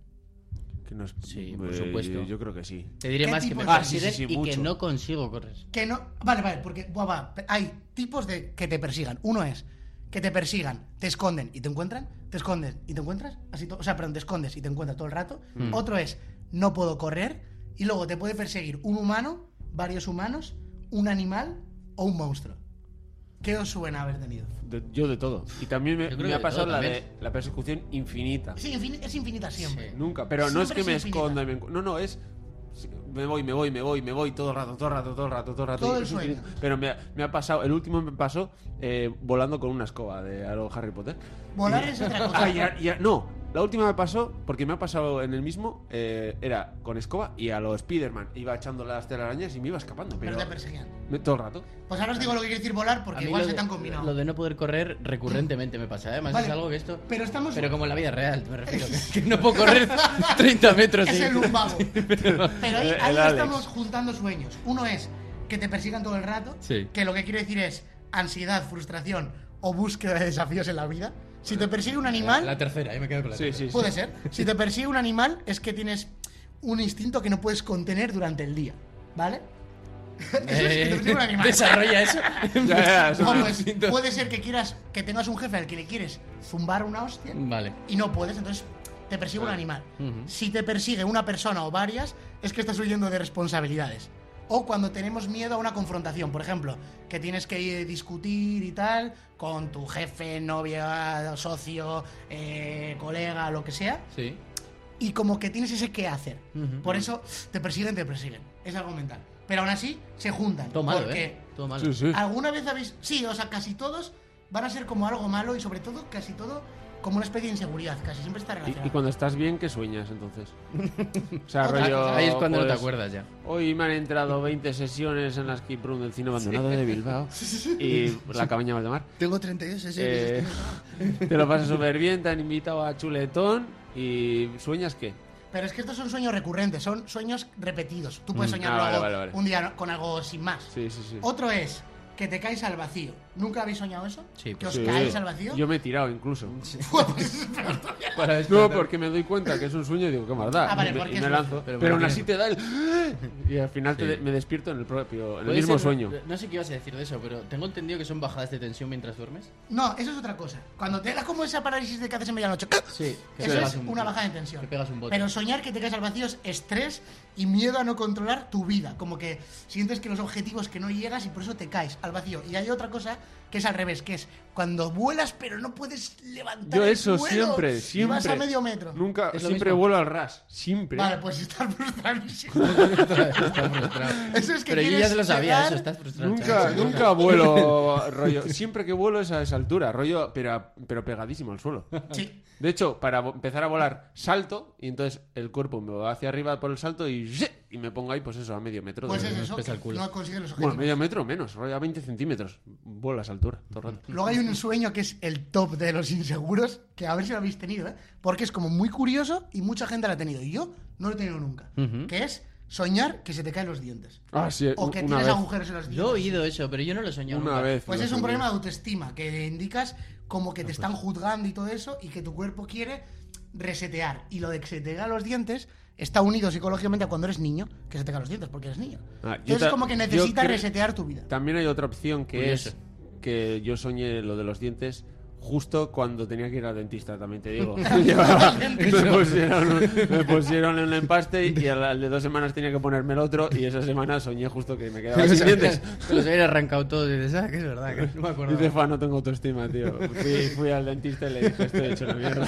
S4: Que nos-
S5: Sí, por
S4: eh,
S5: supuesto.
S4: Yo creo que sí.
S5: Te diré
S3: ¿Qué
S5: más que
S3: tipo
S5: me
S3: de- Ah,
S4: sí, sí,
S5: persiguen
S4: sí,
S5: y que
S4: mucho.
S5: no consigo correr.
S3: Que no. Vale, vale, porque buah, va, hay tipos de que te persigan. Uno es que te persigan, te esconden y te encuentran, te esconden y te encuentras, así to- o sea, perdón, te escondes y te encuentras todo el rato.
S5: Mm.
S3: Otro es no puedo correr y luego te puede perseguir un humano, varios humanos, un animal o un monstruo. ¿Qué os suena haber tenido?
S4: De- yo de todo. Y también me,
S5: Yo creo
S4: me
S5: que
S4: ha
S5: de
S4: pasado
S5: todo
S4: la
S5: también.
S4: de la persecución infinita.
S3: Es, infin- es infinita siempre.
S5: Sí.
S4: Nunca, pero no es
S3: Siempre
S4: que me
S3: es infinita.
S4: esconda y me encu- No, no, es. Me voy, me voy, me voy, me voy todo el rato, todo el rato, todo el rato, todo el rato.
S3: Todo
S4: Y
S3: el
S4: es
S3: sueño.
S4: infinito. Pero me ha, me ha pasado, el último me pasó eh, volando con una escoba de algo Harry Potter.
S3: Volar es otra
S5: [laughs]
S3: cosa.
S4: Ah, y a- y a- no, la última me pasó, porque me ha pasado en el mismo, eh, era con escoba y a lo Spider-Man. Iba echando las telarañas y me iba escapando.
S3: pero
S4: Pero,
S3: te perseguían.
S4: me- todo el rato.
S3: Pues ahora os digo lo que quiere decir volar porque igual se te han combinado.
S5: lo de no poder correr recurrentemente me pasa. Además,
S3: Vale,
S5: es algo que esto.
S3: pero estamos-
S5: Pero como en la vida real,
S3: [laughs]
S5: me refiero. Que, que no puedo correr 30 metros.
S3: Es
S5: sí.
S3: el lumbago. Pero ahí,
S4: El-
S3: ahí
S4: el
S3: ya
S4: Alex.
S3: estamos juntando sueños. Uno es que te persigan todo el rato,
S5: Sí.
S3: que lo que quiere decir es ansiedad, frustración o búsqueda de desafíos en la vida. Si te persigue un
S5: La,
S3: animal,
S5: [laughs] la tercera, yo me quedo con la
S4: Sí,
S5: tercera.
S4: sí, sí.
S3: puede ser. Si te persigue un animal, es que tienes un instinto que no puedes contener durante el día, ¿vale? [laughs] Eso es que te persigue un animal.
S5: Eh, [laughs] Desarrolla eso.
S4: Ya, ya, eso
S3: O,
S4: me-
S3: pues,
S5: instinto.
S3: puede ser que quieras que tengas un jefe al que le quieres zumbar una hostia
S5: Vale.
S3: y no puedes, entonces te persigue un animal.
S5: Ujú.
S3: Si te persigue una persona o varias, es que estás huyendo de responsabilidades. O cuando tenemos miedo a una confrontación, por ejemplo, que tienes que ir a discutir y tal con tu jefe, novia, socio, eh, colega, lo que sea,
S5: Sí.
S3: y como que tienes ese qué hacer.
S5: Ujú.
S3: Por eso te persiguen, te persiguen. Es algo mental. Pero aún así se juntan.
S5: Todo malo,
S3: porque
S5: ¿eh? Todo malo.
S4: Sí, sí.
S3: ¿Alguna vez habéis.? Sí, o sea, casi todos van a ser como algo malo y sobre todo, casi todo, como una especie de inseguridad. Casi siempre está
S4: Y,
S3: relacionado.
S4: y cuando estás bien, ¿qué sueñas entonces? O sea,
S3: Otra
S4: rollo,
S3: cosa.
S5: Ah, Ahí es cuando no te
S4: pues, [laughs]
S5: acuerdas ya.
S4: Hoy me han entrado 20 sesiones en la skip room del cine abandonado de Bilbao y la cabaña Valdemar.
S3: Tengo 32, ese.
S4: Eh, te lo pasas súper bien, te han invitado a Chuletón y ¿sueñas qué?
S3: Pero es que estos son sueños recurrentes, son sueños repetidos. Tú puedes
S4: Mm,
S3: soñar
S4: ah, vale,
S3: luego
S4: vale, vale.
S3: un día no- con algo sin más.
S4: Sí, sí, sí.
S3: Otro es que te caes al vacío. ¿Nunca habéis soñado eso?
S5: Sí,
S3: que os
S4: Sí.
S3: caéis al vacío. [laughs] Pues,
S4: Yo me he tirado incluso.
S5: Para
S4: No, porque me doy cuenta que es un sueño y digo, qué maldad.
S3: Ah, vale,
S4: y me,
S3: porque
S4: y
S3: es
S4: me
S3: un-
S4: lanzo. Pero,
S5: pero porque
S4: aún
S5: tiene-
S4: así te da el. ¡Ah! Y al final te
S5: Sí.
S4: de- me despierto en el propio, en el
S5: Puede
S4: mismo
S5: ser-
S4: sueño.
S5: No sé qué ibas a decir de eso, pero tengo entendido que son bajadas de tensión mientras duermes.
S3: No, eso es otra cosa. Cuando te da como esa parálisis de que haces en medianoche.
S5: Sí.
S3: Eso es una bajada de tensión.
S5: Que pegas un bote.
S3: Pero soñar que te caes al vacío es estrés y miedo a no controlar tu vida. Como que sientes que los objetivos que no llegas y por eso te caes al vacío. Y hay otra cosa que es al revés, que es cuando vuelas pero no puedes levantar
S4: Yo
S3: el
S4: eso
S3: vuelo
S4: siempre,
S3: Y
S4: siempre.
S3: vas a medio metro.
S4: Nunca,
S5: Es lo
S4: siempre
S5: mismo.
S4: vuelo al ras. Siempre.
S3: Vale, pues estás [laughs] frustradísimo.
S4: [laughs]
S5: [laughs] Está frustrado.
S3: Eso es que
S5: Pero yo ya
S3: quieres
S5: se lo sabía,
S3: llegar-
S5: eso estás frustrado.
S4: Nunca,
S5: chaval.
S4: nunca vuelo rollo. Siempre que vuelo es a esa altura, rollo, pero, a- pero pegadísimo al suelo.
S3: Sí.
S4: De hecho, para vo- empezar a volar, salto y entonces el cuerpo me va hacia arriba por el salto y, ¡zhe! y me pongo ahí, pues eso, a medio metro. de-
S3: Pues es
S5: nos
S3: eso,
S5: pesa
S3: que
S5: el culo.
S3: no consigues los
S4: Bueno,
S3: objetivos.
S4: medio metro o menos, rollo a 20 centímetros. Vuelas a altura, todo el rato.
S3: Luego hay un sueño que es el top de los inseguros, que a ver si lo habéis tenido, ¿eh? Porque es como muy curioso y mucha gente lo ha tenido. Y yo no lo he tenido nunca.
S5: Ujú.
S3: Que es soñar que se te caen los dientes.
S4: Ah, sí,
S3: O que
S4: una
S3: tienes
S4: vez.
S3: agujeros en los dientes.
S5: Yo he oído eso, pero yo no lo he soñado
S4: Una
S5: nunca. [laughs]
S4: vez.
S3: Pues
S4: lo
S3: es un
S4: soñé.
S3: problema de autoestima, que indicas como
S4: Ah, pues.
S3: que te están juzgando y todo eso, y que tu cuerpo quiere resetear. Y lo de que se te caen los dientes está unido psicológicamente a cuando eres niño, que se te caen los dientes porque eres niño.
S4: Ah, yo
S3: Entonces
S4: ta-
S3: es como que
S4: yo
S3: necesitas
S4: creo-
S3: resetear tu vida.
S4: También hay otra opción que
S5: Curioso.
S4: es que yo soñé lo de los dientes justo cuando tenía que ir al dentista, también te
S5: [laughs]
S4: digo. [laughs] Llevaba- me, pusieron, me pusieron el empaste y al, al de dos semanas tenía que ponerme el otro y esa semana soñé justo que me [laughs] quedaba sin dientes.
S5: [laughs] Te los habían arrancado todos y dices, ah, que es verdad, que no me acuerdo.
S4: Dice, Fa, no tengo autoestima, tío. Fui, fui al dentista y le dije, estoy hecho una mierda.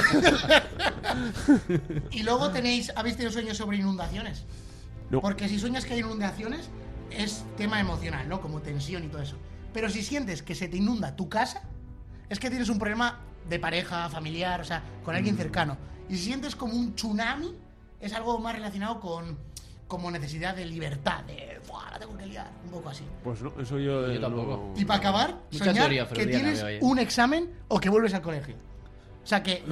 S3: Y
S5: Ah.
S3: luego tenéis, habéis tenido sueños sobre inundaciones.
S4: No.
S3: Porque si sueñas que hay inundaciones, es tema emocional, ¿no? Como tensión y todo eso. Pero si sientes que se te inunda tu casa, es que tienes un problema de pareja, familiar, o sea, con
S5: Mm.
S3: alguien cercano. Y si sientes como un tsunami, es algo más relacionado con como necesidad de libertad, de "Buah, la tengo que liar, un poco así.
S4: Pues no, eso yo.
S5: Yo
S4: eh,
S5: tampoco.
S4: no-
S3: Y para acabar,
S5: Mucha teoría
S3: soñar que
S5: freudiana
S3: tienes
S5: veo ahí.
S3: un examen o que vuelves al colegio. O sea,
S5: [clears throat]
S3: que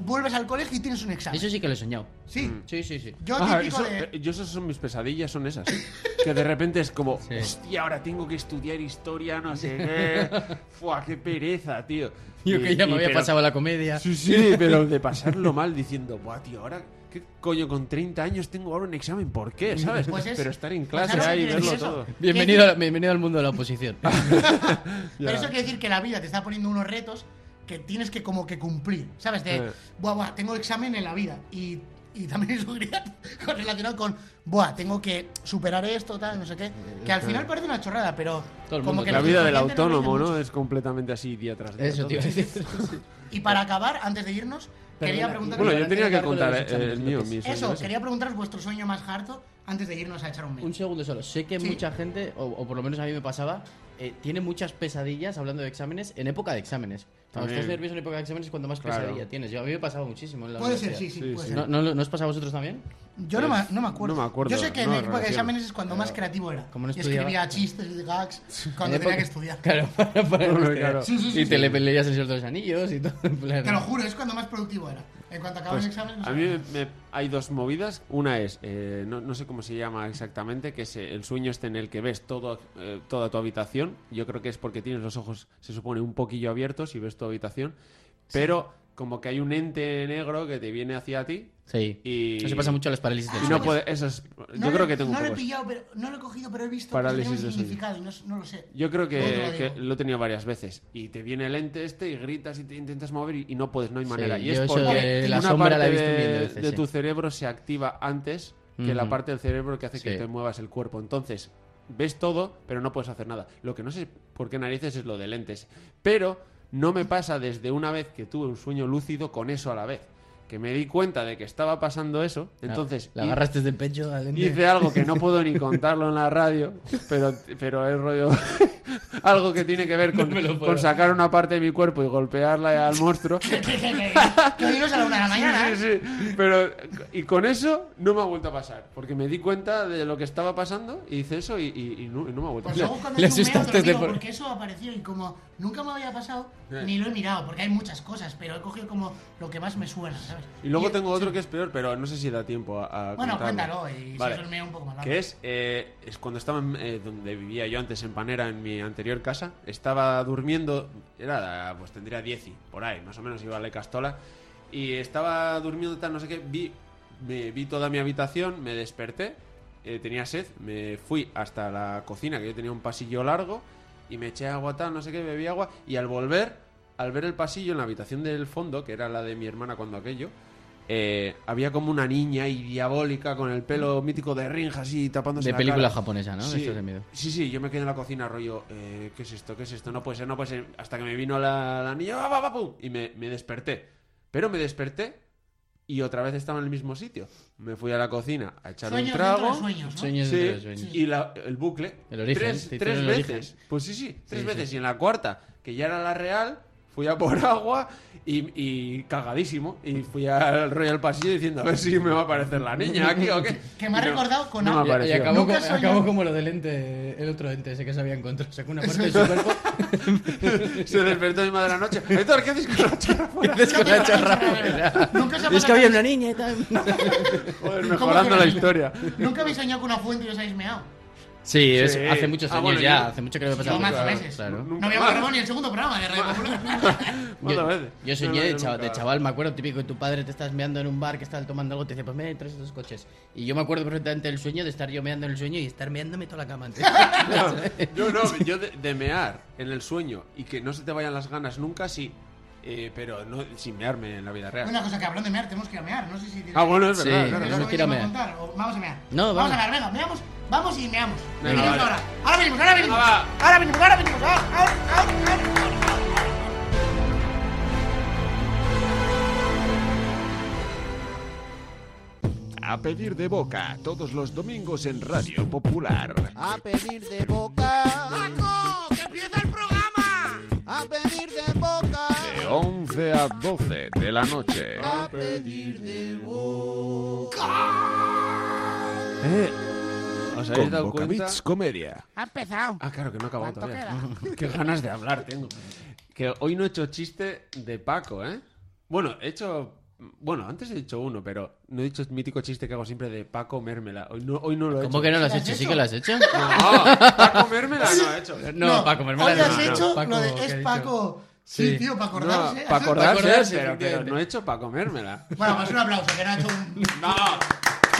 S3: vuelves al colegio y tienes un examen.
S5: Eso Mm. sí que lo he soñado.
S3: Sí.
S5: Sí, sí, sí.
S3: Yo
S4: Ah,
S3: típico
S4: eso-
S3: de...
S4: eh, yo esas son mis pesadillas, son esas. Que de repente es como,
S5: Sí.
S4: hostia, ahora tengo que estudiar historia, no sé
S5: [laughs]
S4: qué. Fua, qué pereza, tío.
S5: Yo
S4: Y-
S5: que ya me
S4: y
S5: había
S4: pero-
S5: pasado la comedia.
S4: Sí, sí, pero de pasarlo mal diciendo, buah, tío, ahora, ¿qué coño? Con 30 años tengo ahora un examen, ¿por qué? ¿Sabes?
S3: Pues es-
S4: pero estar en
S3: pues
S4: clase
S3: ahora
S4: ahí y
S3: quiere decir
S4: verlo
S3: eso.
S4: todo.
S5: Bienvenido, a- bienvenido al mundo de la [laughs] oposición.
S3: Pero eso quiere decir que la vida te está poniendo unos retos que tienes que como que cumplir, ¿sabes? De,
S4: Eh.
S3: buah, buah, tengo examen en la vida. Y, y también [laughs] es con relacionado con, buah, tengo que superar esto, tal, no sé qué. Que al final parece una chorrada, pero...
S5: Todo el mundo.
S3: que
S5: La
S4: La
S3: los
S4: vida del
S3: inconscientes nos
S4: autónomo,
S3: dicen
S4: ¿no?
S3: mucho.
S4: Es completamente así día tras día.
S5: Eso,
S4: todo.
S5: tío.
S3: Y para acabar, antes de irnos, quería preguntaros...
S4: Bueno, yo tenía que
S5: Antes de
S4: contar
S5: darle los
S4: eh, el,
S5: exámenes,
S4: mío,
S5: López.
S4: mi sueño
S3: eso,
S4: ese.
S3: quería preguntaros vuestro sueño más harto antes de irnos a echar un
S5: [laughs] Un
S3: mail.
S5: segundo solo. Sé que
S3: Sí.
S5: mucha gente, o, o por lo menos a mí me pasaba, eh, tiene muchas pesadillas hablando de exámenes en época de exámenes. Cuando
S4: También.
S5: estás nervioso en época de exámenes es cuando más
S4: Claro.
S5: pesadilla tienes. Yo, a mí me pasaba muchísimo en la
S3: Puede ser, sí,
S5: universidad.
S3: sí,
S4: Sí,
S3: puede
S4: sí.
S3: ser.
S5: ¿No, no, lo- ¿No os pasa a vosotros también?
S3: Yo no me, no me acuerdo.
S4: Pues, no me acuerdo,
S3: Yo sé que en
S4: no,
S3: época de
S4: relación.
S3: exámenes es cuando más creativo era.
S5: como no
S3: y escribía
S5: estudiaba.
S3: chistes y gags cuando
S5: [laughs] En
S3: tenía
S5: época-
S3: que estudiar.
S5: Claro, [laughs] para, para
S4: Hombre,
S5: estudiar.
S4: claro. Sí,
S3: sí, sí,
S5: y te
S3: sí.
S5: le leías el Señor de los Anillos y todo. en plan-
S3: Te lo juro, es cuando más productivo era. En cuanto acabas
S4: Pues,
S3: el examen, no
S4: a
S3: sé.
S4: mí me- me- hay dos movidas. Una es, eh, no, no sé cómo se llama exactamente, que es eh, el sueño este en el que ves todo, eh, toda tu habitación. Yo creo que es porque tienes los ojos, se supone, un poquillo abiertos y ves tu habitación. Pero como que hay un ente negro que te viene hacia ti
S5: Sí.
S4: y...
S5: Eso pasa mucho a las parálisis del
S4: Y
S5: sueño.
S4: no puede... Eso es,
S3: No
S4: yo
S3: lo-
S4: creo que tengo
S3: no
S4: un
S3: lo he
S4: poco eso.
S3: pillado, pero no lo he cogido, pero he visto
S4: Parálisis
S3: que
S4: de
S3: tiene un
S4: sueño.
S3: significado y no, no lo
S4: [laughs]
S3: sé.
S4: Yo creo
S3: No te lo
S4: que,
S3: digo.
S4: que lo he tenido varias veces. Y te viene el ente este y gritas y te intentas mover y, y no puedes, no hay manera. y
S5: yo
S4: es
S5: eso
S4: porque
S5: de la
S4: una
S5: sombra la he
S4: parte
S5: visto un
S4: de,
S5: millón de veces,
S4: de
S5: sí.
S4: tu cerebro se activa antes que la
S5: Ujú.
S4: parte del cerebro que hace que
S5: Sí.
S4: te muevas el cuerpo. Entonces, ves todo, pero no puedes hacer nada. Lo que no sé por qué narices es lo de lentes. Pero no me pasa desde una vez que tuve un sueño lúcido con eso a la vez. Que me di cuenta de que estaba pasando eso. Entonces,
S5: La
S4: y- "Ah,
S5: agarraste del pecho al ente.
S4: Hice algo que no puedo ni contarlo en la radio, pero, pero es rollo. [laughs] algo que tiene que ver con,
S5: No me lo puedo.
S4: con sacar una parte de mi cuerpo y golpearla al monstruo. Sí, [laughs]
S3: que hoy no es a la una de la mañana.
S4: sí,
S3: ¿eh?
S4: sí. Pero, y con eso no me ha vuelto a pasar, porque me di cuenta de lo que estaba pasando y hice eso y, y- y no, y no me ha vuelto a
S3: Pues
S4: pasar.
S3: luego cuando
S5: Le
S3: he hecho un meo te
S5: asustaste
S3: lo digo,
S5: de por-
S3: porque eso apareció y como nunca me había pasado, ni lo he mirado, porque hay muchas cosas, pero he cogido como lo que más me suena, ¿sabes?
S4: Y luego tengo otro que es peor, pero no sé si da tiempo a, a
S3: Bueno,
S4: contarlo.
S3: cuéntalo y
S4: Vale.
S3: si es el meo un poco más largo.
S4: Que es, eh, es cuando estaba en, eh, donde vivía yo antes, en Panera, en mi anterior casa, estaba durmiendo, era, pues tendría 10 y por ahí, más o menos iba a la castola, y estaba durmiendo tal, no sé qué, vi, me, vi toda mi habitación, me desperté, eh, tenía sed, me fui hasta la cocina, que yo tenía un pasillo largo, y me eché agua tal, no sé qué, bebí agua, y al volver, al ver el pasillo en la habitación del fondo, que era la de mi hermana cuando aquello, eh, había como una niña y diabólica con el pelo mítico de rinja así tapándose
S5: De
S4: la
S5: película
S4: cara.
S5: japonesa, ¿no?
S4: pues Sí,
S5: Esto es de miedo.
S4: sí, sí, yo me quedé en la cocina rollo, eh, ¿qué es esto? ¿Qué es esto? No puede ser, no puede ser. Hasta que me vino la, la niña, ¡ah, va, va, pum! Y me, me desperté. Pero me desperté y otra vez estaba en el mismo sitio. Me fui a la cocina a echar
S3: Sueños
S4: un
S3: dentro de
S4: trago.
S3: sueños, ¿no?
S5: Sueños
S4: Sí,
S5: dentro de los sueños.
S4: y la- el bucle.
S5: El origen,
S4: tres
S5: te
S4: tres
S5: hicieron el
S4: veces.
S5: origen.
S4: Pues sí, sí, tres
S5: Sí,
S4: veces.
S5: sí.
S4: Y en la cuarta, que ya era la real, fui fui a por [laughs] agua y, y cagadísimo. Y fui al Royal Pasillo diciendo a ver si me va a aparecer la niña aquí o qué.
S5: [laughs]
S3: Que me ha
S4: Y no-
S3: recordado con
S4: no me
S3: algo.
S5: Y,
S4: apareció.
S5: acabó,
S3: Nunca
S5: co-
S3: soy
S5: acabó
S3: yo.
S5: como lo del ente, el otro ente ese que se había encontrado. Sacó
S4: [laughs]
S5: una parte de su cuerpo.
S4: Se despertó mi madre anoche. Héctor, ¿qué haces con la chorra
S5: [laughs]
S4: [laughs] fuera?
S5: con la charra
S3: Nunca os ha
S5: Es que
S3: pasado
S5: había
S3: que-
S5: una niña y tal.
S4: Joder,
S3: ¿Cómo
S4: mejorando
S3: que
S4: la
S3: no?
S4: historia.
S3: Nunca habéis soñado con una fuente y os habéis meado.
S5: Sí, es-
S4: Sí.
S5: hace muchos
S4: Ah,
S5: años
S4: bueno,
S5: ya.
S4: yo-
S5: Hace mucho que no me pasaba.
S3: Yo más
S5: Claro,
S3: veces.
S5: claro.
S4: Nunca
S3: No habíamos
S4: más.
S3: grabado ni el segundo programa de Radio Popular.
S4: [laughs] ¿Cuántas
S5: Yo,
S4: veces?
S5: yo soñé
S4: No, no,
S5: de,
S4: yo
S5: chava-
S4: nunca.
S5: de chaval, me acuerdo típico que tu padre te estás meando en un bar que estás tomando algo, te dice, pues me traes esos coches. Y yo me acuerdo perfectamente del sueño de estar yo meando en el sueño y estar meándome toda la
S4: [laughs]
S5: cama antes.
S4: Yo [laughs] no, yo de, de mear en el sueño y que no se te vayan las ganas nunca, sí. Eh, pero no, sin mearme en la vida real.
S3: Una cosa que hablando de mear, tenemos que ir a mear. No sé si.
S4: Ah, bueno, es
S5: Sí.
S4: verdad.
S3: Pero
S4: claro,
S5: Tenemos
S4: claro.
S5: que ir a
S3: íbamos
S5: mear.
S3: contar, o Vamos a mear.
S5: No,
S3: vamos.
S5: vamos.
S3: a mear, venga, meamos, vamos y meamos.
S4: Venga,
S3: Venga,
S4: vale.
S3: ahora. ahora venimos, ahora venimos.
S4: Venga, va.
S3: Ahora venimos, ahora venimos. Ahora, ahora, ahora, ahora.
S1: A pedir de boca todos los domingos en Radio Popular.
S2: A pedir de boca. ¡Paco! ¡Que empieza el programa! A pedir de boca.
S1: De 11 a 12 de la noche.
S2: A pedir de boca.
S1: Eh,
S4: ¿Os habéis
S1: con
S4: dado cuenta?
S1: Bocabits Comedia.
S2: Ha empezado.
S4: Ah, claro, que no acabó
S2: ¿Cuánto
S4: todavía. [laughs] Qué ganas de hablar tengo. Que hoy no he hecho chiste de Paco, ¿eh? Bueno, he hecho... Bueno, antes he dicho uno, pero no he dicho el mítico chiste que hago siempre de Paco Mérmela. Hoy no, hoy no lo he
S5: ¿Cómo que
S4: hecho.
S5: no lo has
S3: ¿Lo has
S5: hecho? ¿Sí
S3: hecho?
S5: que lo
S4: [laughs]
S5: has hecho?
S4: No, Paco Mérmela no
S3: [laughs]
S4: he hecho.
S5: No, para Paco, mermelada
S3: Hoy has
S5: no, no,
S3: hecho
S5: Paco,
S3: lo
S5: ¿qué
S3: de.
S5: ha
S3: Es
S5: dicho?
S3: Paco. Sí,
S5: Sí.
S3: tío, para acordarse.
S4: No,
S3: ¿eh?
S4: para
S5: Pa' acordarse,
S4: acordarse, pero, pero
S5: efectivamente.
S4: no he hecho para
S5: [laughs]
S4: comérmela.
S3: Bueno, pues un aplauso, que no ha hecho un.
S4: No,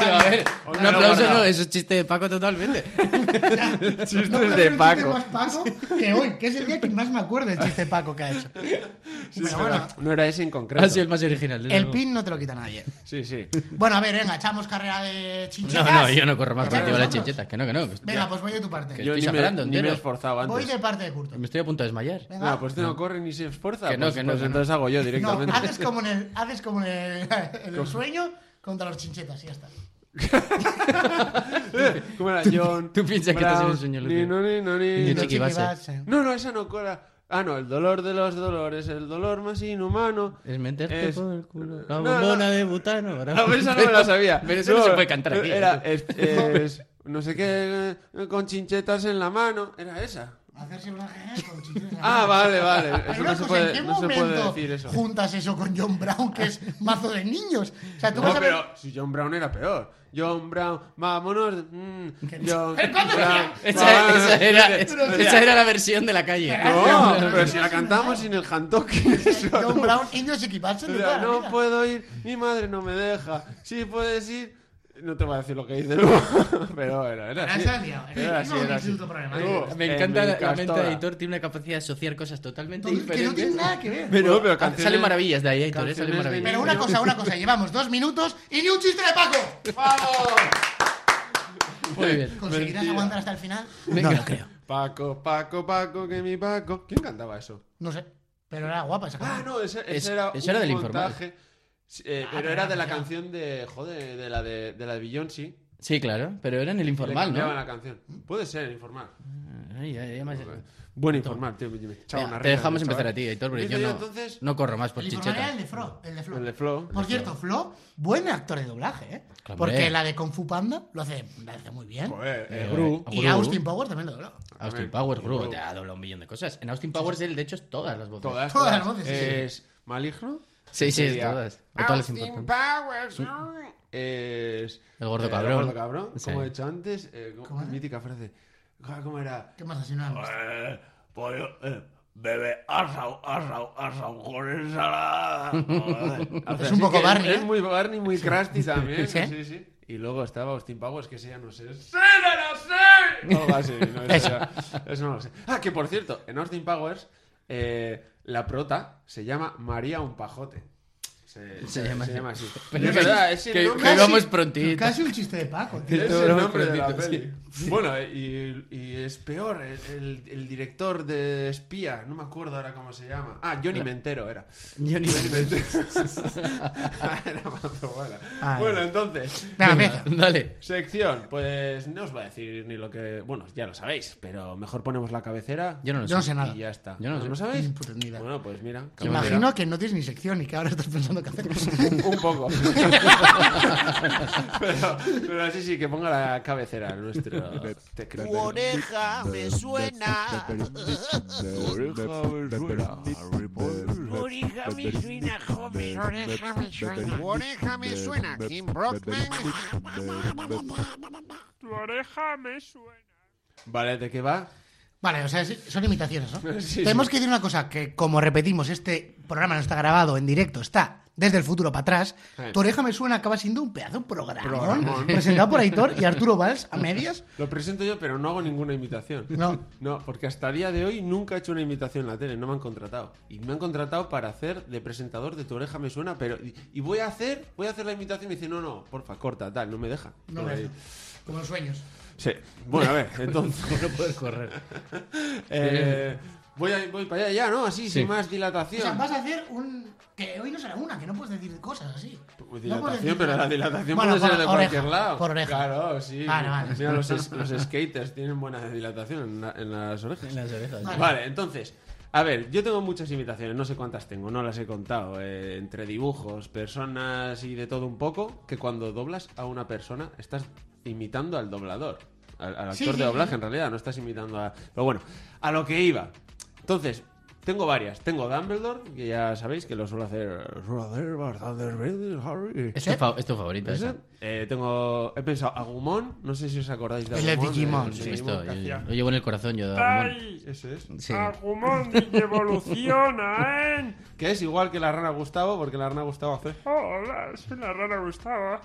S5: Pero, a
S4: [laughs]
S5: ver,
S4: Hoy
S5: un
S4: no lo
S5: aplauso
S4: guardaba.
S5: no, eso es chiste de Paco [laughs] totalmente.
S3: No
S4: chistes
S3: creo que
S4: de
S3: el chiste
S4: Paco.
S3: más Paco que hoy, que es el día que más me acuerdo del chiste de Paco que ha hecho. Pero bueno,
S4: No era ese en concreto.
S5: Ha sido Ah, el más original. desde
S3: el
S5: luego.
S3: pin no te lo quita nadie.
S4: Sí, sí.
S3: Bueno, a ver, venga, echamos carrera de
S5: No,
S3: chinchetas.
S5: no, yo no corro más
S3: Echamos
S5: partido de las
S3: nosotros.
S5: chinchetas, que no, que no. que
S3: Venga, pues voy de tu
S5: Que
S3: parte.
S4: Yo ni
S5: estoy
S4: me,
S5: sangrando
S4: ni me he
S5: entero.
S4: esforzado
S3: Voy
S4: antes.
S3: de parte de Curto.
S5: Me estoy a punto de desmayar.
S3: Venga.
S4: No, pues este no corre ni se esfuerza.
S5: Que no,
S4: pues,
S5: que no,
S4: pues
S5: que no.
S4: entonces hago yo
S3: No,
S4: directamente.
S3: haces como en el, haces como en el, [laughs] en el sueño contra los chinchetas y ya está.
S4: ¿Cómo era? John.
S5: tú piensas que
S4: Brown,
S5: estás en el sueño
S4: ni,
S5: lúcido.
S4: no, ni, no, ni,
S5: Niño
S4: no.
S5: chiqui.
S4: No, no, esa no cola. Ah, no, el dolor de los dolores, el dolor más inhumano.
S5: Es meterte
S4: Es-
S5: por el culo. La
S4: No,
S5: bombona
S4: no.
S5: de butano.
S4: Ah, pero esa no me la sabía.
S5: [laughs] Pero eso no, se puede cantar aquí.
S4: Era,
S5: ¿eh? [laughs]
S4: es- es- no sé qué, eh, con chinchetas en la mano. Era esa.
S3: Hacerse una con chinchetas.
S4: Ah, vale, vale. Eso
S3: Pero
S4: no
S3: una cosa,
S4: se
S3: ¿en
S4: puede,
S3: qué
S4: no se puede
S3: momento
S4: decir eso.
S3: juntas eso con John Brown, que es mazo de niños? O sea, tú
S4: No,
S3: vas a ver...
S4: pero si John Brown era peor. John Brown, vámonos. mm, John
S3: ¿Cuándo
S4: Brown.
S5: Esa, esa era,
S4: vámonos.
S5: esa era la versión de la calle.
S4: No, pero si la cantamos sin el hantoki.
S3: John Brown, niños equiparse de toda la
S4: No
S3: vida.
S4: puedo ir, mi madre no me deja. Sí puedes ir. [laughs] No te voy a decir lo que dice luego. Pero bueno, era
S3: Ah,
S4: así.
S3: se ha liado.
S4: Era así,
S3: Iba a un
S4: era así.
S3: instituto para
S4: Luego,
S3: demás.
S5: [laughs] eh, Me
S4: en
S5: encanta la, la mente
S4: Castora.
S5: de editor, tiene una capacidad de asociar cosas totalmente
S3: Entonces, que no
S5: diferentes.
S3: tiene nada que ver.
S4: Pero-
S5: Pero,
S4: pero canciones-
S5: salen maravillas de ahí, Aitor, eh, salen
S4: canciones de
S5: maravillas.
S3: Pero una cosa, una cosa, llevamos dos minutos y ni un chiste de Paco.
S5: Muy bien.
S3: ¿Conseguirás
S4: Mentira.
S3: aguantar hasta el final?
S5: Venga.
S3: No lo creo.
S4: Paco, Paco, Paco, que mi Paco. ¿Quién cantaba eso?
S3: No sé. Pero era guapa esa
S4: Ah,
S3: canción.
S4: no, ese, ese
S5: Es-
S4: era
S5: eso
S4: un
S5: era del informal.
S4: montaje. Sí,
S3: Ah,
S4: eh, pero era de la canción de. Joder, de la de, de la de Beyoncé.
S5: Sí, claro, pero era en el informal,
S4: Le cambiaban
S5: ¿no?
S4: la canción. Puede ser, el informal.
S5: Ay, ay, ay, más-
S4: Buen informal, tío. me- me echaba
S5: Venga,
S4: una
S5: te
S4: risa,
S5: dejamos
S4: chaval.
S5: empezar a ti, Aitor, porque
S4: Empiezo
S5: yo no,
S4: entonces,
S5: no corro más por
S3: El informal era
S5: Pues chicheta.
S3: el de Flo. El de Flo.
S4: el de Flo.
S3: Por cierto, Flo, buen actor de doblaje, ¿eh?
S5: Hombre.
S3: Porque la de Kung Fu Panda lo hace, la hace muy bien.
S4: Joder, eh,
S5: Eh,
S4: Gru.
S3: Y Austin Powers también lo dobló.
S5: Austin Powers, Gru,
S4: Gru.
S5: te ha doblado un millón de cosas. En Austin Powers él, de hecho, es todas las voces.
S4: Todas,
S3: Todas las
S4: todas.
S3: voces, sí, sí.
S4: Es maligno.
S5: Sí, sí,
S4: Sería
S5: todas. O todas las
S4: Austin
S5: importantes.
S4: Powers. ¿no? Es.
S5: El gordo
S4: eh,
S5: cabrón.
S4: gordo cabrón.
S5: Sí.
S4: Como he dicho antes. eh, como-
S3: ¿Cómo era?
S4: mítica frase. Ah, ¿Cómo era?
S3: ¿Qué más así no lo
S4: Eh, pollo, eh, bebé, asau, asau, asau, con ensalada. Joder. Hace
S3: Es
S4: así
S3: un poco
S4: que
S3: Barney,
S4: Es
S3: ¿eh?
S4: muy Barney, muy Krusty también.
S3: ¿Sí?
S4: Sí, sí, Y luego estaba Austin Powers, que ese ya no sé. ¡Sí, no lo sé! Algo así, no, eso, ya- eso no lo sé. Ah, que por cierto, en Austin Powers, eh, la prota se llama María Un Pajote. Se,
S5: Se llama así.
S4: así.
S5: Pero
S4: es
S5: que-
S4: verdad, es el
S5: que-
S4: nombre-
S5: que vamos prontito.
S3: Casi un chiste de Paco, tío.
S4: Es
S5: Pero
S4: el
S5: vamos
S4: nombre de la
S5: prontito,
S4: peli. Bueno, eh, y, y es peor, el, el- el director de Espía, no me acuerdo ahora cómo se llama. Ah, Johnny Mentero era.
S5: Johnny
S4: Johnny [laughs] Mentero. era mazo buena.
S3: Ah,
S4: Bueno,
S3: ya.
S4: entonces,
S3: Venga,
S5: [laughs]
S3: empieza.
S5: Dale.
S4: sección, pues no os va a decir ni lo que... Bueno, ya lo sabéis, pero mejor ponemos la cabecera
S5: Yo no lo
S3: Yo no sé
S5: sé.
S3: nada.
S4: y ya está.
S5: Yo no
S4: ¿No,
S5: sé.
S4: lo sabéis?
S3: Ni puta idea.
S4: Bueno, pues mira. cabecera.
S3: Imagino que no tienes ni sección y que ahora estás pensando qué hacer.
S4: Un, [laughs] un poco. pero, pero así sí, que ponga la cabecera nuestro...
S2: Tu oreja me suena.
S6: Oreja me suena, joven. Oreja me suena.
S2: Tu oreja me suena, Kim Brockman.
S6: Tu oreja me suena.
S4: Vale, ¿de qué va?
S3: Vale, o sea, sí, son imitaciones, ¿no?
S4: [laughs] Sí,
S3: Tenemos
S4: sí.
S3: que decir una cosa, que como repetimos, este programa no está grabado en directo, está desde el futuro para atrás. Tu oreja me suena acaba siendo un pedazo de programa
S4: Programón.
S3: presentado por Aitor
S4: [laughs]
S3: y Arturo Valls a medias.
S4: Lo presento yo, pero no hago ninguna imitación.
S3: No.
S4: No, porque hasta el día de hoy nunca he hecho una imitación en la tele, no me han contratado. Y me han contratado para hacer de presentador de Tu oreja me suena, pero... Y, y voy a hacer, voy a hacer la imitación y me dice, no, no, porfa, corta, tal, no me deja.
S3: No
S4: Por
S3: me
S4: ahí.
S3: deja. Como los sueños.
S4: Sí. Bueno, a
S3: [laughs]
S4: ver, entonces...
S5: No puedes correr.
S4: eh, voy, a- voy para allá ya, ¿no? Así, sin más dilatación.
S3: O sea, vas a hacer un... Que hoy no será una, que no puedes decir cosas así.
S4: Pues
S3: No puedes
S4: dilatación,
S3: decir-
S4: pero la dilatación
S3: Bueno,
S4: puede ser
S3: por
S4: de
S3: oreja,
S4: cualquier lado.
S3: Por oreja.
S4: Claro, sí.
S3: Vale, vale.
S4: Mira, los, es- los skaters tienen buena dilatación en, la- en las orejas.
S5: En las orejas.
S3: Vale.
S4: Vale, entonces, a ver, yo tengo muchas imitaciones, no sé cuántas tengo, no las he contado. eh, entre dibujos, personas y de todo un poco, que cuando doblas a una persona estás imitando al doblador, al, al actor
S3: Sí, sí,
S4: de doblaje
S3: sí.
S4: en realidad, no estás imitando a. Pero bueno, a lo que iba. Entonces. Tengo varias. Tengo Dumbledore, que ya sabéis que lo suelo hacer. lo suelo hacer bastantes veces, Harry.
S5: Es tu, fa- es tu favorita.
S4: ¿Ese?
S5: esa.
S4: Eh, tengo. He pensado, Agumon, no sé si os acordáis de
S3: El de
S4: Agumon.
S3: Digimon,
S4: el
S5: Por
S3: Sí,
S5: supuesto, yo-
S4: que hacía-
S5: Lo llevo en el corazón yo. de Agumon.
S6: ¡Ay!
S4: Ese es.
S5: Sí.
S6: Agumón y evoluciona, ¿eh? Oh.
S4: Que es igual que la rana Gustavo, porque la rana Gustavo hace.
S6: Hola, soy la rana Gustavo.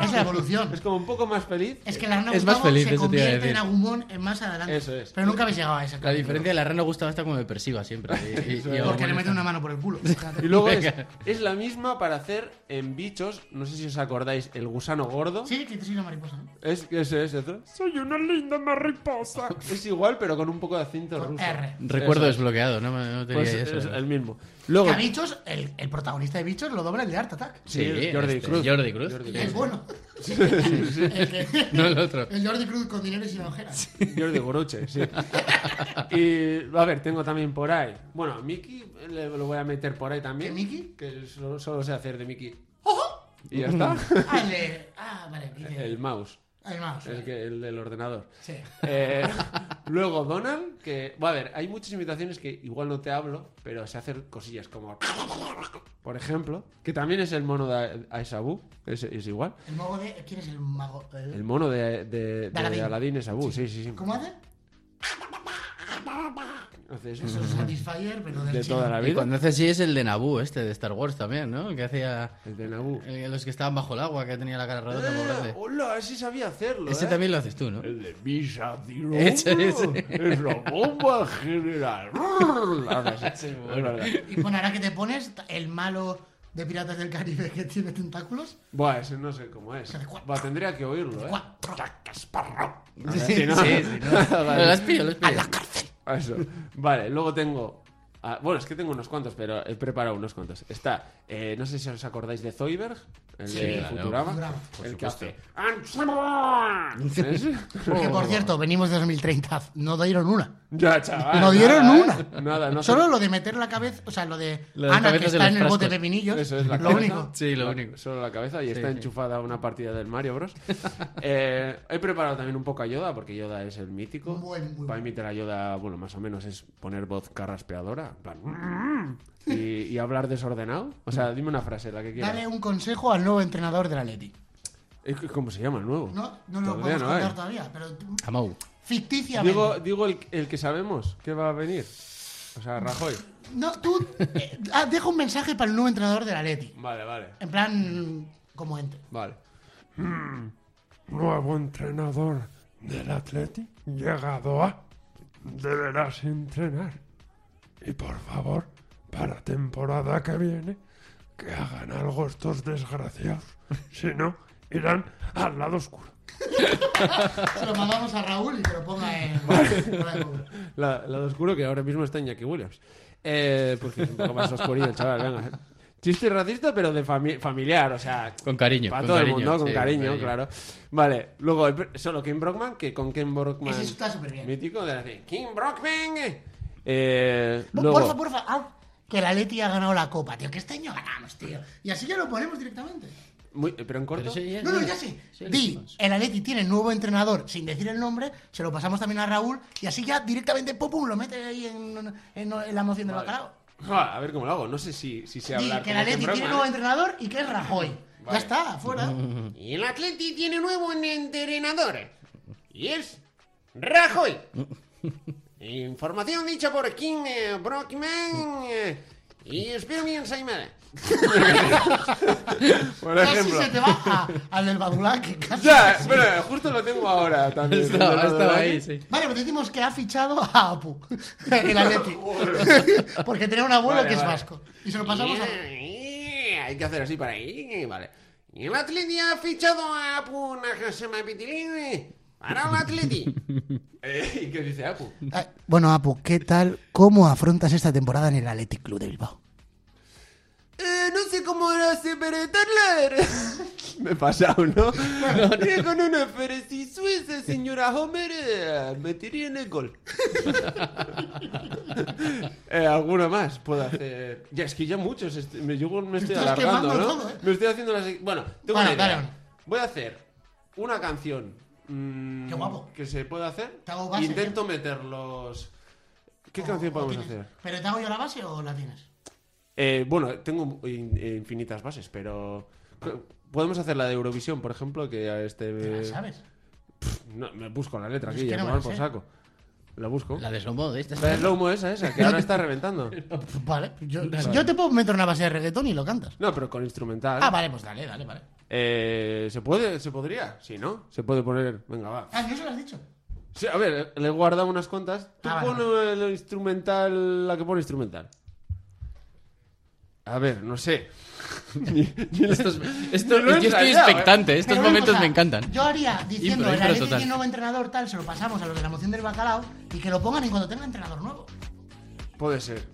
S3: Es la evolución.
S4: [laughs] Es como un poco más feliz.
S3: Es que la rana
S5: Es más
S3: Gustavo
S5: feliz,
S3: se
S5: eso te iba a
S3: convierte en
S5: decir.
S3: Agumon en más adelante.
S4: Eso es.
S3: Pero nunca habéis llegado a esa
S5: La diferencia de la rana Gustavo está como me persiga
S4: [laughs]
S5: siempre. y- y- y Agumon
S3: Porque le mete
S5: está-
S3: una mano por el culo.
S4: Y luego es, es la misma para hacer en bichos, no sé si os acordáis, el gusano gordo.
S3: Sí, que te soy una mariposa. ¿no?
S4: Es que ese es otro.
S6: Soy una linda mariposa.
S4: [laughs] Es igual, pero con un poco de acento
S3: Con
S4: ruso.
S3: R.
S5: Recuerdo
S4: Eso es.
S5: desbloqueado, no, no tenía
S4: Pues
S5: eso. ¿eh?
S4: es el mismo. Luego.
S3: Que a Bichos, el, el protagonista de Bichos lo dobla el de Art Attack.
S4: Sí,
S5: Sí,
S4: Jordi
S5: este,
S4: Cruz.
S5: Jordi Cruz.
S4: Jordi
S3: Es bueno. El, que-
S5: [laughs] No el otro.
S3: el Jordi Cruz con dinero y sin ojeras.
S4: Jordi Goruche, sí. Y, a ver, tengo también por ahí. Bueno, a Mickey le- lo voy a meter por ahí también.
S3: ¿De Mickey?
S4: Que solo, solo sé hacer de Mickey. Y ya está.
S3: Ah, el de. Ah, vale. aquí tiene-
S4: El mouse,
S3: El mouse.
S4: el, que, el del ordenador.
S3: Sí.
S4: Eh, luego Donald, que... bueno, a ver, hay muchas imitaciones que igual no te hablo, pero se hacen cosillas como... Por ejemplo, que también es el mono de Aisabu, es, es igual.
S3: El mago de. ¿Quién es el mago? El-
S4: El mono de, de, de
S3: Aladín.
S4: Aladín es Abu, sí, sí, sí.
S3: ¿Cómo hace?
S4: Hace eso.
S3: Es
S4: [laughs]
S3: el Satisfyer, pero del
S4: De
S3: chino.
S4: toda la
S5: Y
S4: vida.
S5: cuando hace así es el de Naboo, este de Star Wars también, ¿no? Que hacía
S4: El de Naboo.
S5: eh, los que estaban bajo el agua, que tenía la cara redonda por
S4: Eh,
S5: grande.
S4: hola, ese sabía hacerlo.
S5: Ese
S4: ¿eh?
S5: también lo haces tú, [laughs] ¿no?
S1: El de Misa
S4: [laughs]
S1: Ciro.
S5: Ese, ese.
S1: Es la bomba general.
S4: Ahora sí, es verdad.
S3: Y bueno, ahora que te pones el malo de Piratas del Caribe que tiene tentáculos.
S4: Buah, ese no sé cómo es. Va, tendría que oírlo, ¿eh?
S3: ¡guau!
S4: A ver, si no- Vale.
S5: Lo has pillado, lo has
S4: [laughs]
S5: pillado.
S4: Eso. Vale, luego tengo. ah, bueno, es que tengo unos cuantos, pero he preparado unos cuantos. Está, eh, no sé si os acordáis de Zoidberg, el de
S5: claro.
S4: Futurama.
S3: Futurama.
S4: el que hace.
S3: [laughs] Que
S4: Oh.
S3: por cierto, venimos de 2030. No dieron una.
S4: Ya, chaval.
S3: No dieron
S4: [laughs] nada,
S3: una.
S4: ¿eh? Nada, no sé-
S3: Solo lo de meter la cabeza, o sea, lo de
S5: Lo de
S3: Ana que
S5: cabezas de
S3: está en
S5: los
S3: el bote
S5: frascos.
S3: de vinillos.
S4: Eso es la
S3: lo
S4: cabeza.
S3: único.
S5: Sí, lo
S4: La-
S5: único.
S4: Solo la cabeza y está
S5: sí.
S4: enchufada a una partida del Mario [laughs] Bros. Eh, he preparado también un poco a Yoda, porque Yoda es el mítico.
S3: Muy, muy
S4: Para
S3: bueno.
S4: imitar a Yoda, bueno, más o menos es poner voz carraspeadora. en plan, y, y hablar desordenado. O sea, dime una frase, la que quieras.
S3: Dale un consejo al nuevo entrenador del Atleti.
S4: Es que, ¿Cómo se llama el nuevo?
S3: No, no lo
S4: Todavía
S3: podemos
S4: hay.
S3: contar todavía, pero tú-
S5: Amau.
S3: ficticiamente.
S4: Digo, digo el, el que sabemos que va a venir. O sea, Rajoy.
S3: No, tú eh, ah, deja un mensaje para el nuevo entrenador del Atleti.
S4: Vale, vale.
S3: En plan, como entre.
S4: Vale.
S6: Hmm. Nuevo entrenador del Atleti. Llegado a. Deberás entrenar. Y por favor, para temporada que viene, que hagan algo estos desgraciados. Si no, irán al lado oscuro.
S3: Se lo mandamos a Raúl y que lo ponga en. fuera de
S4: [laughs]
S3: Google.
S4: La, la de oscuro que ahora mismo está Iñaki Williams. Eh, porque es un poco más oscurito, el chaval, venga. Chiste racista, pero de fami- familiar, o sea...
S5: Con cariño.
S4: Para
S5: con
S4: todo el
S5: cariño,
S4: mundo, con
S5: sí,
S4: cariño, claro. Vale, luego el pr- solo Kim Brockman, que con Kim Brockman...
S3: Ese está superbién.
S4: Mítico de la serie. Kim Brockman. Eh,
S3: Por-
S4: luego,
S3: Porfa, porfa, haz que la Leti ha ganado la copa, tío. Que este año ganamos, tío. Y así ya lo ponemos directamente.
S4: muy- pero en corto...
S5: Pero sí,
S3: No, no, ya sé.
S5: sí,
S3: Di, [laughs]
S5: sí.
S3: el Atleti tiene nuevo entrenador, sin decir el nombre, se lo pasamos también a Raúl y así ya directamente pum, pum, lo mete ahí en, en- en la moción de bacalao.
S4: Ah, a ver cómo lo hago, no sé si, si sé
S3: Di
S4: hablar
S3: que el
S4: como Kim
S3: Atleti tiene
S4: Brockman.
S3: nuevo entrenador y que es Rajoy. Ya está, fuera.
S1: Y el Atleti tiene nuevo entrenador. Y es Rajoy. Información dicha por King eh, Brockman. eh, y espero mi ensaimada.
S4: [laughs] Por
S3: Casi
S4: ejemplo...
S3: se te va a- al del Badulá, que casi.
S4: Ya, espera, justo lo tengo ahora también.
S5: [laughs] Estaba,
S4: ¿verdad?
S5: estaba ahí, sí.
S3: Vale, pero decimos que ha fichado a Apu, [laughs] el
S4: [laughs]
S3: Atleti. Porque tenía un abuelo
S4: Vale,
S3: que es
S4: vale.
S3: vasco. Y se lo pasamos a.
S1: Eh, Hay que hacer así para ahí. Vale. Y el Atleti ha fichado a Punajasema Pitilín eh, para el Atleti.
S4: [laughs] Eh, ¿Y qué dice Apu?
S3: Ay, Bueno, Apu, ¿qué tal? ¿Cómo afrontas esta temporada en el Athletic Club de Bilbao?
S4: Eh, no sé cómo lo hace Beretarler. [laughs] Me he pasado, ¿no? Eh, Con una Feresi suiza, señora Homer, eh, me tiré en el gol. [laughs] eh, ¿Alguna más puedo hacer? Ya, es que ya muchos. est- me, yo me estoy
S3: Estás
S4: alargando,
S3: quemando
S4: ¿no?
S3: todo, ¿eh?
S4: Me estoy haciendo las. Bueno, tengo
S3: Bueno,
S4: una idea.
S3: dale.
S4: Voy a hacer una canción. mm,
S3: Qué guapo.
S4: Que se puede hacer.
S3: Te hago base, Oh,
S4: Intento meterlos. ¿Qué canción podemos
S3: ¿O tienes-
S4: hacer?
S3: ¿Pero te hago yo la base o la tienes?
S4: Eh, bueno, tengo in- eh, infinitas bases, pero. co- Podemos hacer la de Eurovisión, por ejemplo, que a este.
S3: Te la sabes.
S4: No, me busco la letra
S3: Yo
S4: aquí,
S3: es que
S4: ya
S3: no me
S4: tomar
S3: la
S4: por
S3: sé.
S4: saco. La busco.
S5: La de Slomo de esta.
S4: La de Slomo esa, esa, que ahora
S3: [laughs]
S4: está reventando.
S3: Pf, pues Vale, yo, yo te puedo meter una base de reggaetón y lo cantas.
S4: No, pero con instrumental.
S3: Ah, vale, pues dale, dale, vale.
S4: Eh, ¿Se puede? ¿Se podría? Sí, ¿no? Se puede poner. Venga, va.
S3: Ah, yo se lo has dicho.
S4: Sí, a ver, le he guardado unas cuantas. Tú
S3: Ah, vale,
S4: pon el instrumental, la que pone instrumental. A ver, no sé. Ni- ni la-
S5: Esto es- esto-
S4: ni lo he
S5: yo estoy
S4: ensayado, ¿eh?
S5: expectante, estos
S3: Pero,
S5: momentos
S3: o sea,
S5: me encantan.
S3: Yo haría diciendo
S5: Impro,
S3: el
S5: impro
S3: Atleti
S5: total.
S3: tiene nuevo entrenador, tal, se lo pasamos a los de la moción del bacalao y que lo pongan en cuando tenga entrenador nuevo.
S4: Puede ser.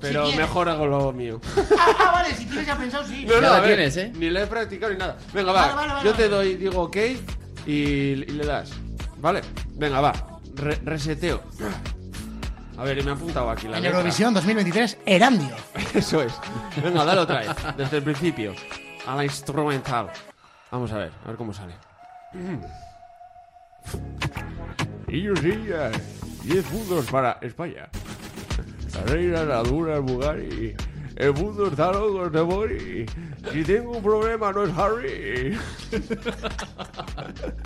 S4: Pero
S3: quieres.
S4: mejor hago lo mío.
S3: [laughs] Ah, ah, vale, si tienes ya pensado, sí.
S4: No, no,
S5: la
S4: a ver,
S5: tienes, ¿eh?
S4: Ni la he practicado ni nada. Venga,
S3: Vale,
S4: va.
S3: vale, vale,
S4: Yo te
S3: vale.
S4: doy, digo ok y, y le das. ¿Vale? Venga, va. Re- reseteo. A ver, y me ha apuntado aquí la
S3: En
S4: letra.
S3: Eurovisión 2023, Erandio.
S4: Eso es. Pues, Venga, dale otra vez. Desde el principio. A la instrumental. Vamos a ver, a ver cómo sale. Ellos sí, 10 puntos para España. La reina, la dura, el Bulgari. El mundo está loco, de Mori. Si tengo un problema, no es Harry.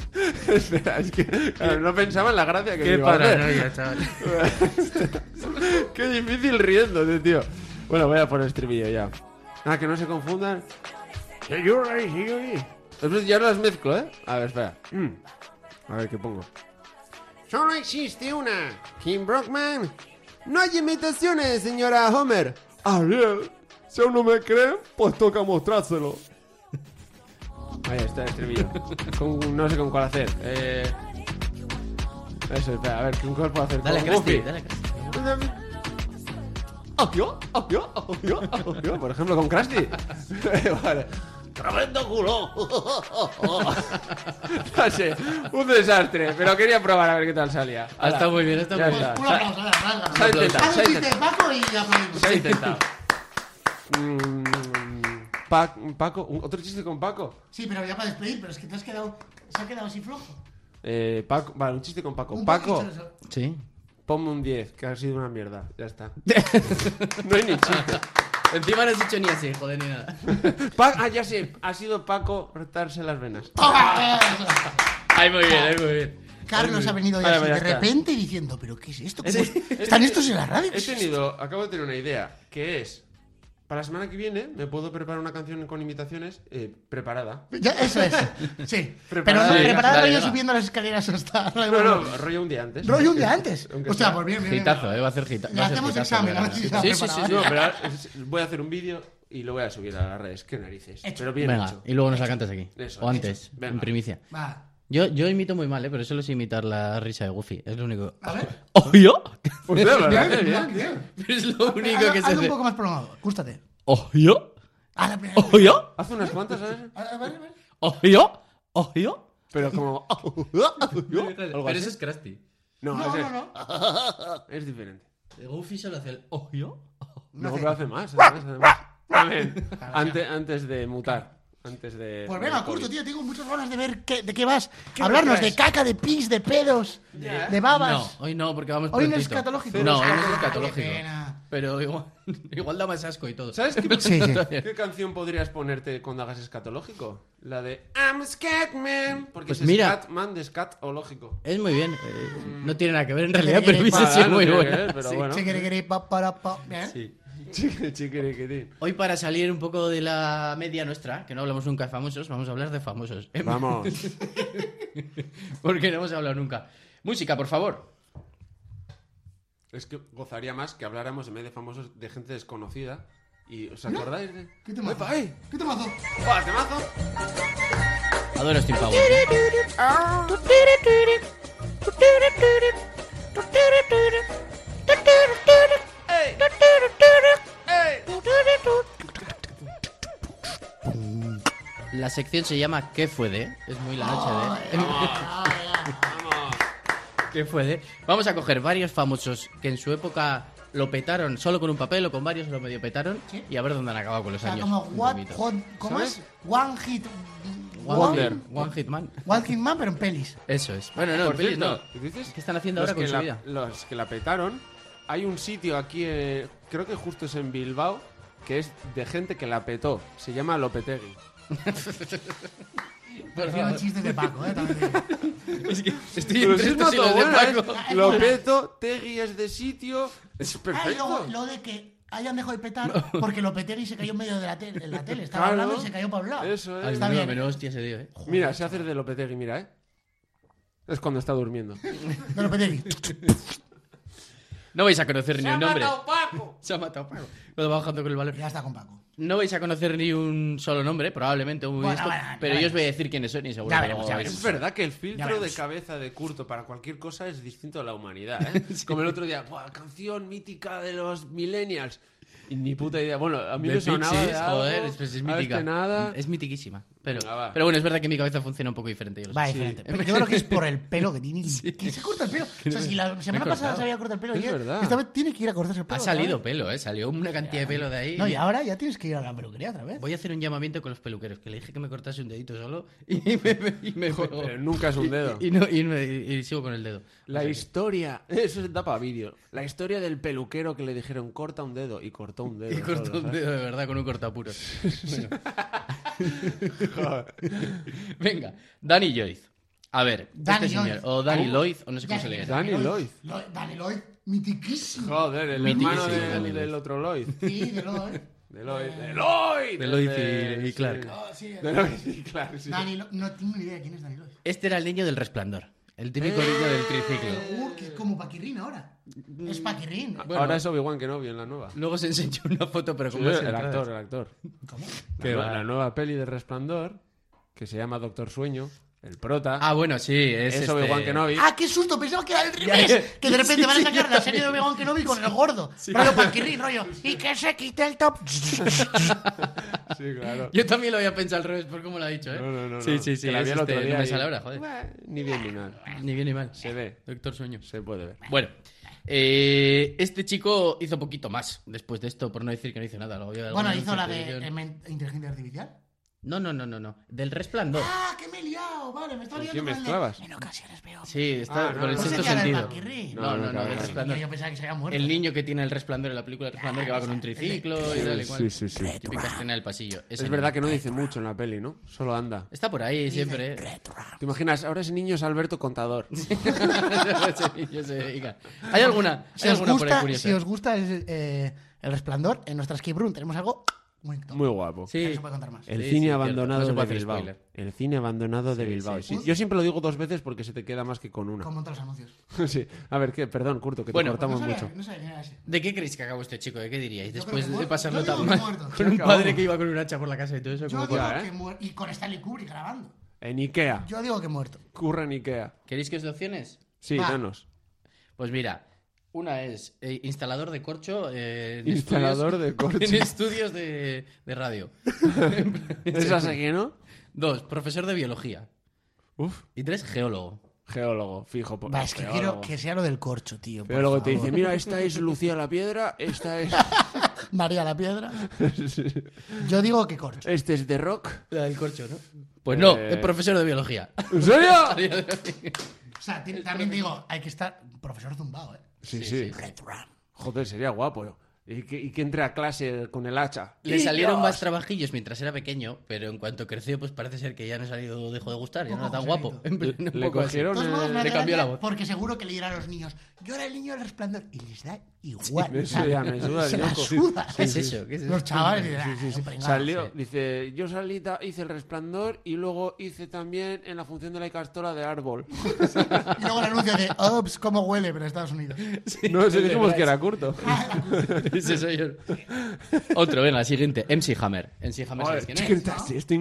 S4: [laughs] Espera, es que claro, no pensaba en la gracia que me iba a hacer.
S5: chaval.
S4: Qué difícil riéndote, tío. Bueno, voy a poner estribillo ya. Ah, que no se confundan. Señora y señores. Entonces ya las mezclo, ¿eh? A ver, espera. Mm. A ver, ¿qué pongo?
S1: Solo existe una.
S4: Kim Brockman. No hay imitaciones, señora Homer. A ver, Ah, si aún no me creen, pues toca mostrárselo. Ahí está el estribillo. Con- no sé con cuál hacer. Eh... Eso, espera, a ver, ¿con cuál puedo hacer?
S5: Dale,
S4: Con
S5: Cresti,
S4: Goofy.
S5: dale, Cresti.
S4: Opio, opio, opio, opio. Por ejemplo, con Krusty. vale.
S1: Tremendo
S4: [laughs]
S1: culo.
S4: No sé, un desastre, pero quería probar a ver qué tal salía.
S5: Ha estado Ah, muy bien, ha estado
S4: Ya
S5: muy bien.
S4: está.
S3: Un aplauso, venga, venga.
S4: Se ha intentado,
S3: Haz
S4: se
S3: un
S4: ha
S3: chiste,
S4: intentado.
S3: Paco, y aplaudimos.
S4: Se ha intentado. Mm, Pa- Paco, un- otro chiste con Paco.
S3: Sí, pero ya para despedir, pero es que te has quedado. Se ha quedado así flojo.
S4: Eh, Paco, vale, un chiste con Paco.
S3: Un
S4: Paco,
S3: poquito de-
S5: Sí.
S4: ponme un 10, que ha sido una mierda. Ya está. No hay ni chiste. [laughs]
S5: Encima no has dicho ni así, joder, ni nada.
S4: Pa- ah, ya sé, ha sido Paco retarse las venas.
S3: ¡Toma!
S5: Ahí muy bien, ahí muy bien.
S3: Carlos ha venido ya
S4: Vale,
S3: así
S4: vale,
S3: de
S4: ya está.
S3: repente diciendo, ¿pero qué es esto? ¿Cómo es- ¿Están estos en la radio? ¿Qué
S4: He
S3: es esto?".
S4: tenido, acabo de tener una idea, que es, para la semana que viene me puedo preparar una canción con imitaciones eh, preparada.
S3: Ya, eso es. Sí. Pero
S4: Preparado,
S3: no,
S4: venga,
S3: preparado
S5: dale,
S3: rollo
S5: va.
S3: subiendo las escaleras hasta.
S4: No, no, rollo un día antes.
S3: Rollo un día antes.
S4: Aunque
S3: Hostia,
S4: sea-
S3: pues bien, bien. bien.
S5: Gitazo, eh, va a hacer gitazo.
S3: Le hacemos examen, a ver si se ha
S5: Sí, sí, sí,
S3: preparado.
S5: sí.
S4: No, pero ahora es- voy a hacer un vídeo y lo voy a subir a las redes. Qué narices.
S3: Hecho.
S4: Pero bien
S5: Venga,
S4: hecho.
S5: y luego nos la cantas aquí.
S4: Eso,
S5: o
S4: hecho.
S5: antes, en
S4: Venga.
S5: primicia.
S3: Va.
S5: Yo, yo imito muy mal, ¿eh? pero solo sé imitar la risa de Goofy. Es lo único.
S3: A ver.
S5: ¿Obvio?
S4: Pues claro, lo hace bien.
S5: [laughs] es lo único
S3: Hazlo-
S5: que se
S3: hazlo un
S5: hace.
S3: poco más prolongado. Gústate.
S5: ¿Obvio?
S3: A la primera.
S5: ¿Obvio?
S4: Hace unas cuantas, ¿sabes?
S5: ¿Obvio? ¿Obvio?
S4: Pero como.
S5: Pero eso es Krusty.
S4: No,
S3: No,
S4: ese
S3: no, no.
S4: es diferente.
S5: Goofy solo hace el ¿Obvio?
S4: No,
S3: No sé.
S4: pero hace más. Además,
S3: [laughs]
S4: además. También. Antes, antes de mutar. Antes de.
S3: Pues
S4: del
S3: venga,
S4: COVID.
S3: Curto, tío, tengo muchas ganas de ver qué- de qué vas. Hablarnos de caca, de pis, de pedos, de
S5: No,
S3: babas.
S5: hoy no, porque vamos
S3: Ah, Hoy no
S5: prontito.
S3: es escatológico.
S5: No, hoy no es
S3: Ah, qué
S5: escatológico.
S3: pena.
S5: Pero igual, [laughs] igual da más asco y todo.
S4: ¿Sabes qué, [laughs]
S3: Sí, sí.
S5: [laughs]
S4: qué canción podrías ponerte cuando hagas escatológico? La de I'm Scatman. Porque
S5: Pues
S4: es
S5: mira.
S4: Scatman de escatológico.
S5: Es muy bien. eh,
S3: Mm.
S5: no tiene nada que ver en realidad, pero
S3: Para,
S5: [laughs] hubiese sido
S4: no
S5: muy
S4: tiene que
S5: buena.
S4: ver, pero bueno.
S3: Chiquiriquiri, pa, para, pa. Bien.
S4: Sí. Chiqui- chiquiriquitín.
S5: Hoy para salir un poco de la media nuestra, que no hablamos nunca de famosos, vamos a hablar de famosos. ¿eh? [laughs]
S4: Vamos.
S5: Porque no hemos hablado nunca. Música, por favor.
S4: Es que gozaría más que habláramos en vez de famosos de gente desconocida. ¿Y os acordáis de.?
S3: ¿Qué te mazo?
S4: ¡Epa, eh!
S3: ¿Qué te mazo?
S4: ¡Buah, temazo!
S5: Adoro este ¿eh? Steam Power. La sección se llama ¿Qué fue de? Es muy la noche de. [laughs] ¿Qué fue de? Vamos a coger varios famosos que en su época lo petaron solo con un papel o con varios lo medio petaron y a ver dónde han acabado con los
S3: O sea,
S5: años.
S3: como
S5: Un
S3: what,
S5: poquito.
S3: hot- ¿cómo es? One hit
S5: One
S4: Wonder.
S5: Hit- One Hitman.
S3: One hit man, pero en pelis.
S5: Eso es. Bueno, no,
S4: Por
S5: en pelis
S4: cierto,
S5: [laughs] no.
S4: ¿dices?
S5: ¿Qué están haciendo
S4: Los
S5: ahora con
S4: que
S5: su
S4: la-
S5: vida?
S4: Los que la petaron. Hay un sitio aquí, eh, creo que justo es en Bilbao, que es de gente que la petó. Se llama Lopetegui.
S3: Hacían chistes de Paco,
S5: [laughs]
S3: eh. También te digo.
S5: Es que estoy
S4: Pero
S5: entre
S4: si es
S5: estos y
S4: mazo
S5: los de
S4: buena, ¿eh?
S5: Paco.
S4: [laughs] Lopeto, Tegui es de sitio. Es
S3: Ah, y luego
S4: perfecto.
S3: lo de que hayan dejado de petar porque lo peté y se cayó en medio de la, tele, de la tele. Estaba
S4: Claro.
S3: hablando y se cayó para un lado.
S4: Eso
S5: Ay,
S4: es.
S3: Está
S5: menudo-
S3: bien.
S5: menudo hostia se dio, eh.
S4: Mira, se hace de Lopetegui, mira, ¿eh? Es cuando
S3: [laughs]
S4: está durmiendo.
S3: De lo peté.
S5: No vais a conocer ni un nombre.
S4: Paco!
S5: [laughs] Se ha matado Paco. Lo va bajando con el valor.
S3: Ya está con Paco.
S5: No vais a conocer ni un solo nombre, probablemente. un
S3: Bueno,
S5: esto,
S3: bueno, ya
S5: pero yo os
S3: veremos.
S5: voy a decir quiénes son y seguro
S3: Ya
S5: que
S3: veremos,
S5: luego
S3: ya
S5: vais-
S4: Es verdad que el filtro de
S3: veremos.
S4: cabeza de Curto para cualquier cosa es distinto a la
S3: [laughs]
S4: humanidad, ¿eh? Como el otro día, "Buah, canción mítica de los millennials. Y ni puta idea. Bueno, a mí
S5: De
S4: me sonaba de
S5: Pixies,
S4: algo,
S5: joder, es, pues es
S4: a este
S5: mítica.
S4: nada.
S5: Es mitiquísima. Pero,
S4: Venga, va.
S5: pero bueno, es verdad que mi cabeza funciona un poco diferente. yo lo sé.
S3: Va, diferente. Pero yo creo que es por el pelo que tiene. Que se corta el pelo. O sea, si la semana
S5: me he
S3: pasada
S5: cortado.
S3: se había cortado el pelo,
S4: Es
S3: ya-
S4: verdad.
S3: esta vez tiene que ir a cortarse el pelo.
S5: Ha
S3: otra
S5: salido
S3: vez.
S5: pelo, ¿eh? Salió una cantidad de pelo de ahí.
S3: No, y ahora ya tienes que ir a la peluquería otra vez.
S5: Voy a hacer un llamamiento con los peluqueros, que le dije que me cortase un dedito solo y [laughs] me, y me pegó.
S4: Pero nunca es un dedo.
S5: Y, [laughs] no- y me- y sigo con el dedo.
S4: La
S5: O sea que-
S4: historia, [laughs] eso se tapa vídeo. La historia del peluquero que le dijeron corta un dedo y cortó un dedo.
S5: Y cortó
S4: solo,
S5: un
S4: ¿sabes?
S5: dedo de verdad con un cortapuros. Bueno. [laughs] Venga, Danny Lloyd. A ver,
S3: Danny
S5: este señor,
S3: Lloyd.
S5: o Danny
S3: ¿Cómo?
S5: Lloyd, o no sé
S3: Ya
S5: cómo se
S3: sé
S5: le
S3: quién es
S5: dice.
S4: Danny Lloyd.
S3: Lo- Danny Lloyd,
S5: [laughs]
S3: mitiquísimo.
S4: Joder, el
S5: Mítico,
S4: hermano
S5: sí,
S4: del-
S5: Danny Lloyd.
S4: del otro Lloyd.
S3: Sí, de ¿eh? Lloyd.
S4: De Lloyd. De Lloyd.
S5: De Lloyd
S4: Este,
S5: y- y
S4: sí.
S5: Clark.
S3: Oh, sí,
S4: De Lloyd y Clark, sí.
S3: Danny Lloyd. No tengo ni idea de quién es Danny Lloyd.
S5: Este era el niño del resplandor. El típico
S3: Eh.
S5: niño del triciclo.
S3: Uh, que es como Paquirrin ahora.
S5: Mm.
S3: Es Paquirrin.
S5: Bueno.
S4: Ahora es Obi-Wan Kenobi en la nueva.
S5: Luego se enseñó una foto, pero
S4: Sí,
S5: como es
S4: el actor, el actor.
S3: ¿Cómo?
S5: Qué
S4: la,
S5: va.
S4: la nueva peli de Resplandor, que se llama Doctor Sueño, el prota.
S5: Ah, bueno, sí, es,
S4: es
S5: este...
S4: Obi-Wan Kenobi.
S3: Ah, qué susto, pensaba que era el
S5: pues
S3: revés. Que de repente van a sacar la serie de Obi-Wan Kenobi con el gordo. Rollo Paquirrin, rollo. Y que se quite el top.
S4: Sí, claro.
S5: Yo también lo había pensado al revés por cómo lo ha dicho, ¿eh?
S4: No, no, no,
S5: Sí,
S4: no.
S5: sí, sí.
S4: Que la
S5: es
S4: vi el otro
S5: este,
S4: día
S5: no me
S4: y-
S5: sale ahora, joder.
S4: Buah, Ni bien ni mal.
S5: Ni bien ni mal.
S4: Se ve,
S5: Doctor Sueño.
S4: se puede ver.
S5: Bueno, eh, este chico hizo poquito más después de esto, por no decir que no hizo nada. Lo vio alguna
S3: Bueno,
S5: vez
S3: hizo
S5: en
S3: la de
S5: televisión.
S3: em- inteligencia artificial.
S5: No, no, no, no, no. Del resplandor.
S3: Ah, que me he liado, vale, me está
S4: ¿Con
S3: liando.
S4: quién
S3: con el de-
S4: mezclabas?
S3: En ocasiones veo. Pues
S5: Sí, está
S4: Ah, no,
S5: por el
S4: no,
S3: no.
S5: sexto
S3: Pensé que era del
S5: sentido.
S3: Valkyrie.
S5: No, no,
S4: No, no,
S5: no, del
S4: no,
S5: resplandor.
S3: Yo pensaba que se había muerto.
S5: El niño que tiene el resplandor en la película El resplandor que va con un triciclo y tal y cual.
S4: Sí, sí, sí.
S5: Típica escena del pasillo. Ese
S4: Es
S5: niño.
S4: verdad que no dice mucho en la peli, ¿no? Solo anda.
S5: Está por ahí siempre. ¿eh? [laughs]
S4: ¿Te imaginas? Ahora ese niño es Alberto Contador.
S5: Ese niño se dedica. ¿Hay alguna?
S3: [laughs] Si
S5: ¿Hay
S3: os
S5: alguna por ahí
S3: gusta,
S5: curiosa?
S3: si os gusta el, eh, el resplandor, en nuestras Keybrun tenemos algo Muy top.
S4: Muy
S3: Ya
S4: guapo.
S3: no
S5: Sí.
S3: se puede contar más.
S4: El
S5: Sí, sí,
S4: cine
S5: cierto.
S4: abandonado
S5: No se puede
S4: de
S5: hacer
S4: Bilbao.
S5: spoiler.
S4: El cine abandonado de Bilbao. Sí, Yo siempre lo digo dos veces porque se te queda más que con una.
S3: Como otros anuncios.
S4: [laughs] Sí. A ver, ¿qué? perdón, Curto, que
S5: Bueno,
S4: te cortamos
S3: no sabía-
S4: mucho.
S3: No sabía quién era ese.
S5: ¿De qué creéis que acabó este chico? ¿De qué diríais?
S3: Yo
S5: Después
S3: creo que
S5: de
S3: muer- yo
S5: pasarlo
S3: digo
S5: tan
S3: que
S5: mal.
S3: muerto.
S5: Con un padre que iba con un hacha por la casa y todo eso.
S3: Yo
S5: como
S3: digo
S4: fuera,
S3: que
S4: ¿eh?
S3: muerto. Y con Stanley Kubrick grabando.
S4: En
S3: [laughs]
S4: Ikea.
S3: Yo digo que muerto.
S4: Curra en Ikea.
S5: ¿Queréis que os dé opciones?
S4: Sí,
S3: Va.
S4: danos.
S5: Pues mira, una es eh, instalador de corcho. eh, en
S4: Instalador
S5: estudios- [laughs]
S4: de corcho.
S5: En estudios de, de radio.
S4: ¿Esa aquí, no?
S5: Dos, profesor de biología.
S4: Uf.
S5: Y tres, geólogo.
S4: Geólogo, fijo. por-
S3: Va, es que
S4: geólogo.
S3: quiero que sea lo del corcho, tío. por
S4: Geólogo te
S3: favor.
S4: dice, mira, esta es Lucía la Piedra, esta es...
S3: María la Piedra. Yo digo que corcho.
S4: este es The Rock.
S5: La del corcho, ¿no? Pues no,
S4: Eh.
S5: es profesor de biología.
S4: ¿En serio?
S3: O sea, ti- también digo, hay que estar. Profesor zumbao, ¿eh?
S4: [laughs] Sí, sí.
S3: Red Ram.
S4: Joder, sería guapo. Y que, y que entre a clase con el hacha.
S5: Le salieron más trabajillos mientras era pequeño, pero en cuanto creció, pues parece ser que ya no ha salido, dejó de gustar, ya no
S3: Poco
S5: era tan
S3: Joselito.
S5: guapo. [laughs] En plan, un
S4: Le
S5: poco así.
S3: De
S4: cogieron...
S3: todos modos,
S4: eh,
S3: me hace
S5: le cambió la
S3: gracia
S5: voz. [laughs]
S3: Porque seguro que le dirán a los niños, yo era el niño del resplandor. Y les da igual.
S4: me
S3: ¿sabes?
S4: suda, me suda
S3: [laughs]
S4: el
S3: Se la
S4: yoco.
S3: suda.
S5: ¿Qué es eso? ¿Qué es eso?
S3: Los chavales dirán, "Ah, es un pringao".
S4: Salió, dice, yo salí, ta- hice el resplandor y luego hice también en la función de la castola de árbol.
S3: Y luego el anuncio de, ups, cómo huele, pero en Estados Unidos. Ah,
S4: no
S5: es
S4: sé, dijimos
S5: verdad,
S4: que era curto.
S5: Ese soy yo. Otro, venga, siguiente. MC Hammer. MC Hammer, ¿sabes quién es?
S4: Este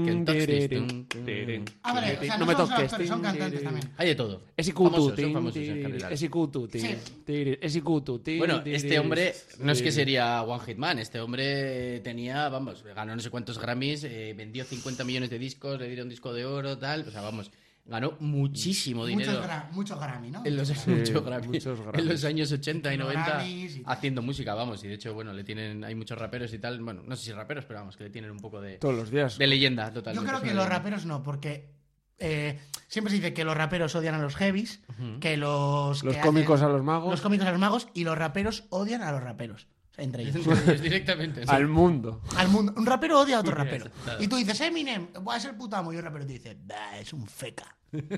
S3: Ah, vale, o sea, no,
S4: No me
S3: son solo
S4: toques.
S3: actores, son cantantes también.
S5: Hay de todo.
S4: Es
S5: Famosos,
S4: Ikutu,
S5: son famosos en general.
S4: es Ikutu,
S3: Sí.
S4: es Ikutu.
S5: Bueno, este hombre no es que sería One Hit Man, este hombre tenía, vamos, ganó no sé cuántos Grammys, eh, vendió 50 millones de discos, le dieron disco de oro, tal, o sea, vamos, ganó muchísimo dinero.
S3: Muchos, gra- muchos Grammy, ¿no?
S5: En los, muchos Grammys.
S4: muchos Grammys.
S5: en los años 80 y
S3: Los
S5: 90
S3: Grammys y tal.
S5: haciendo música, vamos, y de hecho, bueno, le tienen hay muchos raperos y tal, bueno, no sé si raperos, pero vamos, que le tienen un poco de,
S4: Todos los días.
S5: de leyenda
S3: Yo
S5: totalmente.
S3: creo
S5: Es una
S3: que los
S5: leyenda.
S3: raperos no, porque eh, siempre se dice que los raperos odian a los heavies, que los...
S4: Los
S3: que
S4: cómicos
S3: hacen-
S4: a los magos.
S3: Los cómicos a los magos y los raperos odian a los raperos. Entre
S4: [laughs]
S3: ellos.
S5: Entonces, [laughs] directamente. sí.
S4: Al mundo.
S5: [laughs]
S3: Al mundo. Un rapero odia a otro rapero. Y tú dices, Eminem, voy a ser puto amo. Y el rapero te dice, "Bah, es un feca.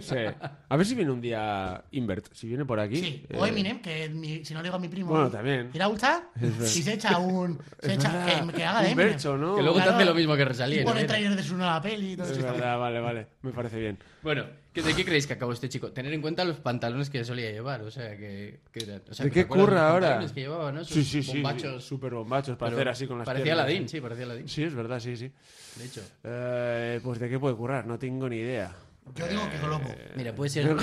S4: Sí. A ver si viene un día Invert. Si viene por aquí.
S3: Sí. O
S4: eh,
S3: Eminem, que mi- si no le digo a mi primo.
S4: Bueno, también.
S3: Mira, Ulta. Y se echa
S4: [laughs]
S3: un. Se echa,
S4: verdad.
S3: que, que haga de
S4: Un
S3: Eminem.
S4: bercho, ¿no? ¿eh?
S5: Que luego te
S3: Claro.
S5: hace lo mismo que
S3: Y
S5: Resalía.
S3: pone trailer de su nueva peli. y todo
S4: Es
S3: eso.
S4: verdad, vale, vale. Me parece bien.
S5: Bueno, ¿que- ¿de qué creéis que acabó este chico? Tener en cuenta los pantalones que solía llevar, o sea, que... que eran- o sea,
S4: ¿De
S5: ¿te
S4: qué
S5: acuerdas
S4: curra
S5: los
S4: ahora?
S5: pantalones que llevaba, ¿no? Esos
S4: Sí, sí, sí.
S5: bombachos
S4: Super bombachos para
S5: pero
S4: hacer así con las
S5: Parecía
S4: piernas. ¿eh?
S5: Aladdin, sí, parecía Aladdin,
S4: Sí, es verdad, sí, sí.
S5: de hecho.
S4: Eh, pues de qué puede currar, no tengo ni idea. [laughs]
S3: Yo digo que Globo.
S4: Eh.
S5: Mira, puede ser...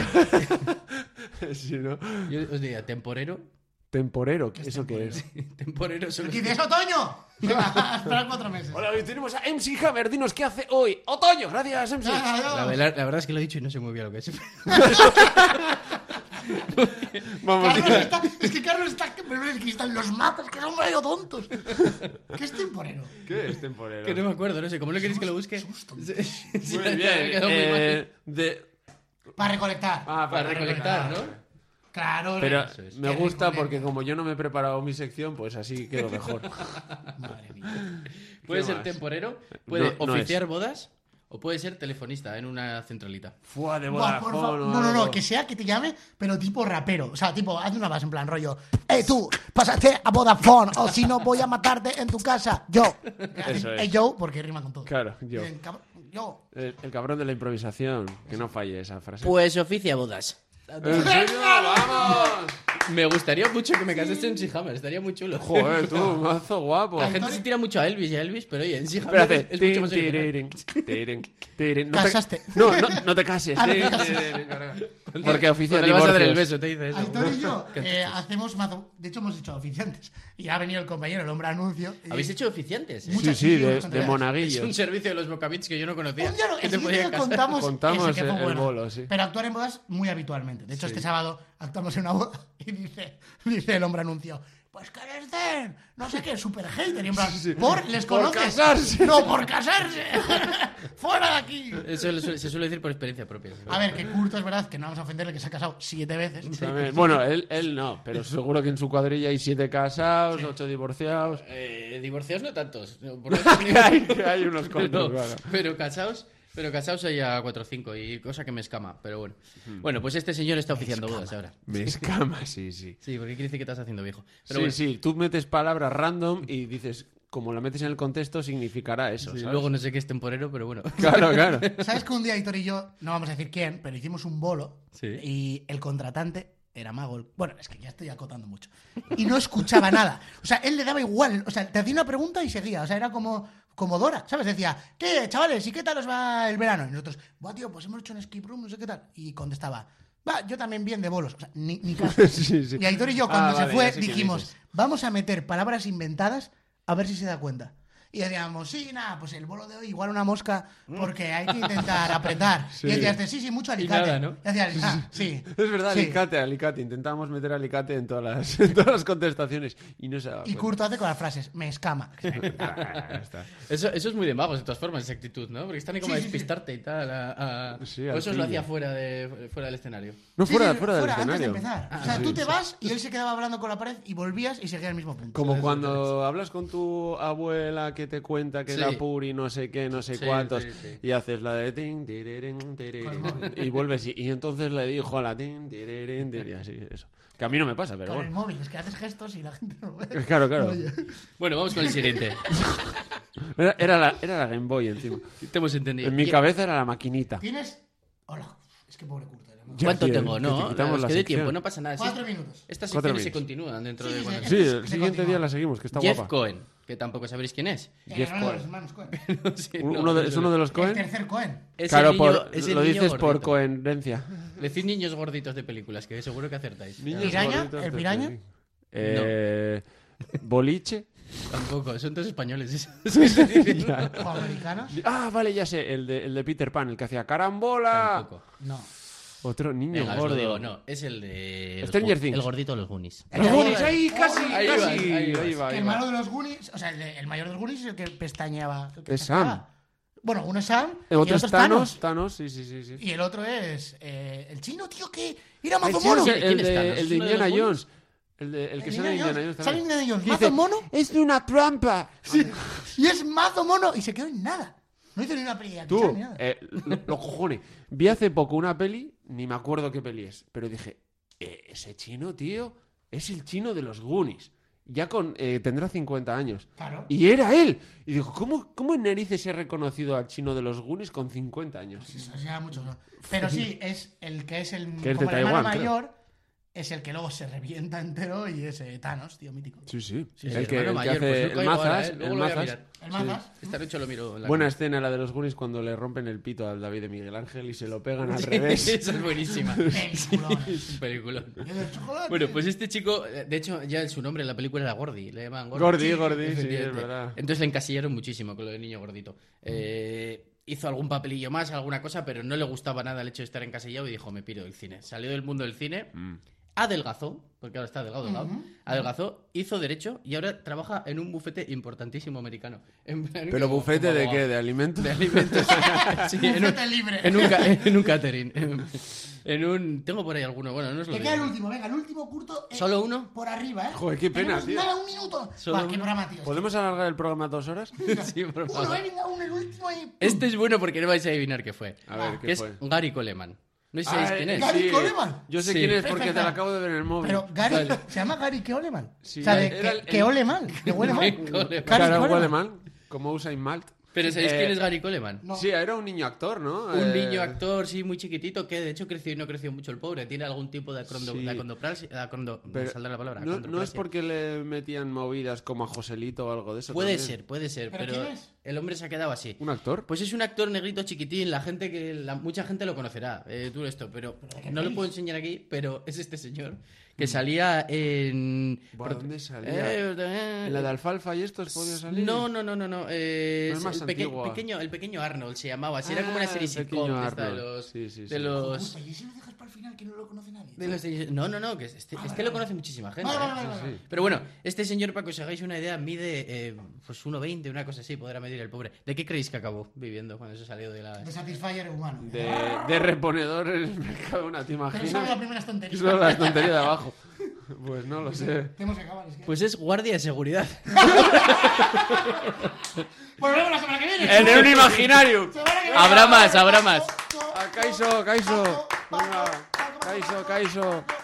S4: si no,
S5: Yo os diría, temporero. [laughs]
S4: temporero, ¿eso qué es?
S5: Temporero solo...
S3: Y dice, ¡es otoño! Se
S4: [laughs]
S3: va a esperar cuatro meses.
S4: Hola, hoy tenemos a MC Hammer, dinos qué hace hoy. Otoño, gracias MC.
S3: Ah, no.
S5: La, vela- la verdad es que lo he dicho y no sé muy bien lo que es. [laughs]
S4: Vamos,
S3: Carlos está, es que Carlos está. Pero es que están los mapas, que son medio tontos. ¿Qué es temporero?
S4: ¿qué es temporero?
S5: que no me acuerdo, no sé. ¿Cómo le queréis que lo busque?
S3: Somos
S5: [laughs] Sí,
S4: Muy
S5: me
S4: bien,
S5: quedó muy mal.
S4: eh, de...
S3: Para recolectar.
S4: Ah,
S5: Para
S4: [laughs]
S5: recolectar, ¿no?
S3: Claro,
S4: Pero
S5: Eso es.
S4: me
S3: Qué
S4: gusta
S3: rico,
S4: porque como yo no me he preparado mi sección, pues así quedo
S5: [laughs]
S4: mejor.
S3: Madre mía.
S5: Puede
S4: ¿Qué
S5: ser
S4: más?
S5: temporero, puede
S4: No- no es.
S5: oficiar bodas o puede ser telefonista en una centralita.
S4: Fua de
S3: Buah, por favor.
S4: Vodafone. o
S3: No, no, no,
S4: algo.
S3: que sea que te llame, pero tipo rapero. O sea, tipo, haz una base en plan rollo. ¡Eh, tú! Pásate a Vodafone, o si no, voy a matarte en tu casa. Yo.
S4: Eso es.
S3: Eh, yo, porque rima con todo.
S4: Claro, yo.
S3: Bien, cab- yo.
S4: eh, El, el cabrón de la improvisación, que no falle esa frase.
S5: Pues oficia bodas.
S4: ¿En
S5: [laughs]
S4: serio? ¡Vamos!
S5: Me gustaría mucho que me casase en Hammer, estaría muy chulo.
S4: Joder, tú, mazo guapo.
S5: [laughs] La gente se tira mucho a Elvis y a Elvis, pero oye, en Hammer
S4: Espérate.
S5: es mucho más
S4: Tin,
S5: original.
S4: tiririn,
S5: [laughs]
S4: tiririn, tiririn. No te-
S3: Casaste.
S4: No, no, no te cases.
S3: Ah, no te
S4: Tin,
S3: cases.
S4: tiririn, carga. Porque oficia
S5: Cuando le vas a dar el
S4: divorcios.
S5: beso, te dice eso.
S3: Aitor y
S4: [laughs]
S3: yo eh, hacemos mazo- De hecho, hemos hecho oficiantes. Y ha venido el compañero, el hombre anuncio. y-
S5: Habéis hecho oficiantes. eh?
S3: Mucho.
S4: Sí, sí, de,
S3: Muchas
S4: de
S3: gracias.
S5: Es
S4: monaguillo.
S5: un servicio de los Bocabits que yo no conocía.
S3: Un día lo-
S5: que
S3: el
S5: te
S3: día
S5: podían
S3: que
S5: casar.
S3: contamos,
S4: Contamos
S3: ese que fue
S4: el
S3: bueno.
S4: bolo, sí.
S3: Pero actuar en bodas muy habitualmente. De hecho, este sábado actuamos en una boda [laughs] y dice, dice el hombre anuncio. Pues que les den, no sé qué, super hater. Y
S4: [laughs]
S3: en plan, ¿por? ¿Les
S4: Por
S3: conoces?
S4: casarse.
S3: No, por casarse. [laughs] ¡Fuera de aquí!
S5: Eso lo suele- se suele decir por experiencia propia.
S3: A ver, que Curto es verdad que no vamos a ofenderle que se ha casado siete veces.
S4: También. Bueno, él, él no, pero seguro que en su cuadrilla hay siete casados, ocho [laughs] divorciados.
S5: Eh, divorciados no tantos. no,
S4: [laughs]
S5: por otro
S4: Que hay,
S5: nivel.
S4: que hay unos cuantos.
S5: [laughs] pero,
S4: claro.
S5: pero casados, pero casados hay a 4 o 5 y cosa que me escama, pero bueno. Bueno, pues este señor está oficiando bodas ahora.
S4: Me escama, sí, sí.
S5: Sí, porque quiere decir que estás haciendo viejo. Pero
S4: sí,
S5: bueno,
S4: sí, tú metes palabras random y dices como la metes en el contexto, significará eso.
S5: Sí,
S4: ¿sabes?
S5: luego no sé qué es temporero, pero bueno.
S4: [laughs] Claro, claro.
S3: ¿Sabes que un día Hitor y yo, no vamos a decir quién, pero hicimos un bolo
S5: Sí.
S3: y el contratante era Magol. Bueno, es que ya estoy acotando mucho. Y no escuchaba nada. O sea, él le daba igual. O sea, te hacía una pregunta y seguía. O sea, era como, como Dora, ¿sabes? Decía, ¿qué, chavales? ¿Y qué tal os va el verano? Y nosotros, va, tío, pues hemos hecho un skip room, no sé qué tal. Y contestaba, va, yo también bien de bolos. O sea, ni, ni caso.
S4: [laughs] Sí, sí.
S3: Y Aitor y yo, cuando
S4: Ah,
S3: se
S4: vale,
S3: fue,
S4: ya sé quién
S3: dijimos,
S4: dices.
S3: vamos a meter palabras inventadas a ver si se da cuenta. Y decíamos, sí, nada, pues el bolo de hoy igual una mosca, porque hay que intentar apretar. Y decías, sí, sí, mucho alicate.
S5: nada, ¿no?
S3: Y decías, ah, sí.
S4: Es verdad,
S3: sí.
S4: alicate, alicate. Intentábamos meter alicate en todas las, [laughs] en todas las contestaciones y no se daba
S3: Y
S4: cuenta.
S3: Curto hace con las frases, me escama.
S4: [laughs] Ah, ya está.
S5: Eso, eso es muy de magos, de todas formas, esa actitud, ¿no? Porque están ahí como
S3: Sí,
S5: a
S3: sí, sí.
S5: despistarte y tal. A, a-
S4: Sí,
S5: o
S4: al
S5: eso lo
S4: pillo.
S5: hacía fuera, de, fuera del escenario.
S4: No, fuera,
S3: Sí, sí,
S4: fuera del
S3: antes de
S4: escenario.
S3: empezar. o sea, tú te vas y él se quedaba hablando con la pared y volvías y seguía al mismo punto.
S4: Como cuando hablas con tu abuela que te cuenta que
S5: Sí.
S4: era puri, no sé qué, no sé
S5: Sí,
S4: cuántos,
S5: sí, sí.
S4: y haces la de tin, tirirín, tirirín, y vuelves y, y entonces le dijo a la tin, tirirín, tiri- así, eso. Que a mí no me pasa, pero
S3: Con el
S4: bueno.
S3: móvil, es que haces gestos y la gente no ve.
S4: [laughs] Claro, claro.
S3: Oye.
S5: Bueno, vamos con
S4: [laughs]
S5: el siguiente.
S4: Era, era la, era la Game Boy encima.
S5: Te hemos entendido.
S4: En mi
S5: ¿Qué-
S4: cabeza era la maquinita.
S3: Tienes... Hola, es que pobre Curto. era, ¿no?
S4: Ya,
S5: ¿Cuánto
S4: tío,
S5: tengo?
S4: que
S5: No,
S4: te quitamos
S5: os
S4: la
S5: quedé
S4: sección.
S5: tiempo, no pasa nada. Sí,
S3: Cuatro minutos.
S5: Estas
S4: Cuatro
S5: secciones se
S4: minutos.
S5: continúan dentro
S3: Sí,
S5: de...
S3: sí,
S5: bueno,
S4: Sí, el
S3: Se
S4: siguiente
S3: continúa.
S4: día la seguimos, que está
S5: Jeff
S4: guapa.
S5: Cohen, que tampoco sabéis quién es.
S4: Jeff
S3: Era uno de
S4: Cohen.
S3: los hermanos Cohen.
S5: [laughs] No sé,
S4: Uno-
S5: no,
S4: uno de-
S5: no
S4: ¿Es
S5: sé.
S4: uno de los
S3: El
S4: Cohen?
S3: tercer Cohen.
S5: Es el
S4: Claro,
S5: niño-
S4: por,
S5: es el
S4: lo
S5: niño
S4: dices por
S5: gordito.
S4: coherencia.
S5: Decid niños gorditos de películas, que seguro que acertáis.
S4: Niños
S3: ¿Piraña?
S4: gorditos
S3: ¿El
S4: de
S3: piraña?
S4: peli. Eh, Boliche.
S5: Tampoco, son todos españoles. [laughs] esos.
S4: Ya.
S3: ¿O americanos?
S4: Ah, vale, ya sé, el de, el de Peter Pan, el que hacía carambola.
S5: Tampoco.
S3: No.
S4: Otro niño
S5: Venga, os
S4: gordo.
S5: lo digo, no, es el de... el
S4: Stranger
S5: gu-
S4: Things.
S5: El gordito de los Goonies.
S4: Los Goonies, ahí casi,
S5: Ahí
S4: casi.
S5: vas, ahí vas.
S4: va,
S3: Que
S4: ahí
S3: el
S4: va.
S3: malo de los Goonies, o sea, el, de- el mayor de los Goonies es el que pestañeaba. el que
S4: Es Sam.
S3: chasqueaba. Bueno, uno es Sam.
S4: El
S3: y el
S4: otro
S3: otro
S4: es Eh, Thanos. Thanos, sí, sí, sí. sí.
S3: Y el otro es eh, el chino, tío, que era
S4: El
S3: mazo
S4: chino
S3: mono.
S4: es el,
S5: ¿Quién
S4: el
S5: es
S4: de,
S5: Thanos?
S4: el de
S5: ¿Es uno de
S4: Indiana
S5: los
S4: Jones. El, de- el que sale de Indiana Jones.
S3: Sale
S4: también.
S3: Indiana Jones,
S4: Que
S3: mazo
S4: dice,
S3: mono.
S4: Es una trampa.
S3: Y es mazo mono. Y se quedó en nada. No hizo ni una peli de
S4: Tú,
S3: acción ni nada.
S4: eh, lo- los cojones. Vi hace poco una peli, ni me acuerdo qué peli es, pero dije, "Eh, ese chino, tío, es el chino de los Goonies. Ya con, eh, tendrá 50 años.
S3: Claro.
S4: Y era él. Y dijo, ¿cómo, ¿cómo en narices he reconocido al chino de los Goonies con 50 años?
S3: Eso ya mucho, ¿no? Pero sí, es el que es el.
S4: Que es de
S3: como el hermano
S4: Taiwán, creo.
S3: mayor, es el que luego se revienta entero y es eh, Thanos, tío, mítico.
S4: Sí, sí.
S5: Sí,
S4: el,
S5: sí,
S4: que,
S5: hermano
S4: el que
S5: mayor,
S4: hace
S5: pues yo
S4: el
S5: caigo ahora,
S4: mazas.
S5: ¿eh? Luego
S4: el
S5: lo voy a
S4: mazas.
S5: mirar.
S3: El
S4: [laughs]
S3: mazas.
S5: Esta noche lo miro en la
S4: Buena
S5: cama.
S4: escena la de los Goonies cuando le rompen el pito al David de Miguel Ángel y se lo pegan
S5: [laughs]
S4: al revés.
S5: Esa
S4: [laughs]
S5: es buenísima.
S3: Peliculona.
S5: Es un peliculón.
S3: Y el chocolate.
S5: Bueno, pues este chico, eh, de hecho, ya en su nombre en la película era Gordy, le llaman Gordy.
S4: Gordy,
S5: [laughs]
S4: Gordy, sí,
S5: efectivamente.
S4: es verdad.
S5: Entonces le encasillaron muchísimo con lo de niño gordito. Eh, hizo algún papelillo más, alguna cosa, pero no le gustaba nada el hecho de estar encasillado y dijo, me piro del cine. Salió del mundo del cine,
S4: Mm.
S5: adelgazó, porque ahora está delgado, delgado, adelgazó, hizo derecho y ahora trabaja en un bufete importantísimo americano. En plan,
S4: Pero
S5: como-
S4: bufete
S5: como
S4: de
S5: abogado.
S4: qué, de alimentos. [laughs]
S5: De alimentos. Sí, en, un,
S3: Bufete libre.
S5: en un ca- en un catering. En un... Tengo por ahí alguno, bueno, no os lo
S3: Que queda el
S5: digo.
S3: último, venga, el último curto. eh,
S5: ¿Solo uno?
S3: Por arriba, ¿eh?
S4: Joder, qué pena,
S3: Tenemos
S4: tío.
S3: Nada, un minuto.
S5: Solo
S3: Va, qué
S5: uno.
S3: programa, tío.
S4: ¿Podemos alargar el programa dos horas?
S5: Sí, por
S3: Uno,
S5: favor.
S3: eh, venga, uno, el último y...
S5: Este es bueno porque no vais a adivinar qué fue.
S4: A ver, Ah, ¿qué
S5: que
S4: fue?
S5: es Gary Coleman. No sé si sabéis
S4: Ah,
S5: quién
S4: eh,
S5: es.
S3: Gary Coleman.
S4: Yo sé
S5: Sí.
S4: quién es porque te
S3: Perfecto.
S4: la acabo de ver en el móvil.
S3: Pero Gary,
S5: Vale.
S3: se llama Gary que ole mal.
S4: Sí,
S3: o sea, de,
S4: era
S3: que,
S4: el-
S3: que ole mal, que huele mal.
S5: Gary Coleman.
S4: Claro,
S3: Coleman.
S4: huele mal, como Usain Malt.
S5: Pero ¿sabéis
S4: Eh,
S5: quién es Gary Coleman?
S3: No.
S4: Sí, era un niño actor, ¿no?
S5: Un
S4: Eh,
S5: niño actor, sí, muy chiquitito, que de hecho creció y no creció mucho el pobre. Tiene algún tipo de acrondo...
S4: Sí.
S5: de acondopras- de acondo- me
S4: pero
S5: saldrá la palabra.
S4: No, no es
S5: acondroplasia.
S4: porque le metían movidas como a Joselito o algo de eso.
S5: Puede
S4: también.
S5: ser, puede ser,
S3: ¿Pero
S5: pero,
S3: quién es?
S5: el hombre se ha quedado así.
S4: ¿Un actor?
S5: Pues es un actor negrito chiquitín, la gente que la- mucha gente lo conocerá, eh, tú esto, pero no lo puedo enseñar aquí, pero es este señor que salía en
S4: Buah,
S5: pero-
S4: ¿dónde salía?
S5: eh, pues,
S4: ¿En la de Alfalfa y estos podía salir?
S5: No, no, no, no, no. eh,
S4: No es más
S5: el, peque-
S4: antigua.
S5: pequeño, el pequeño Arnold se llamaba. Así era como
S4: Ah,
S5: una serie
S4: el
S5: sitcom
S4: pequeño
S5: de esta de
S4: Arnold.
S5: los,
S4: Sí, sí,
S5: de
S4: sí.
S5: los,
S3: Justo, y ese lo dejas para el final, que no lo conoce nadie.
S5: de los- No, no, no. Que este, este lo conoce muchísima gente.
S3: Vale,
S5: ¿eh?
S3: vale,
S4: Ah,
S3: vale, vale.
S5: Pero bueno, este señor, para que os hagáis una idea, mide eh, pues 1,20, una cosa así, podrá medir el pobre. ¿De qué creéis que acabó viviendo cuando se salió de la...
S3: De Satisfyer humano. Ah,
S4: De, de reponedor en el mercado, ¿no? ¿te
S3: Pero esa es
S4: imaginas?
S3: la primera tontería.
S4: Son las tonterías de abajo. Pues no lo sé.
S3: Tenemos que acabar, es que...
S5: Pues es guardia de seguridad.
S3: Volvemos Pues la semana que viene.
S4: ¡En un imaginario!
S3: Semana que viene.
S5: Habrá más, habrá más.
S4: ¡A Kaiso, Kaiso! ¡Venga! ¡Kaiso, Kaiso!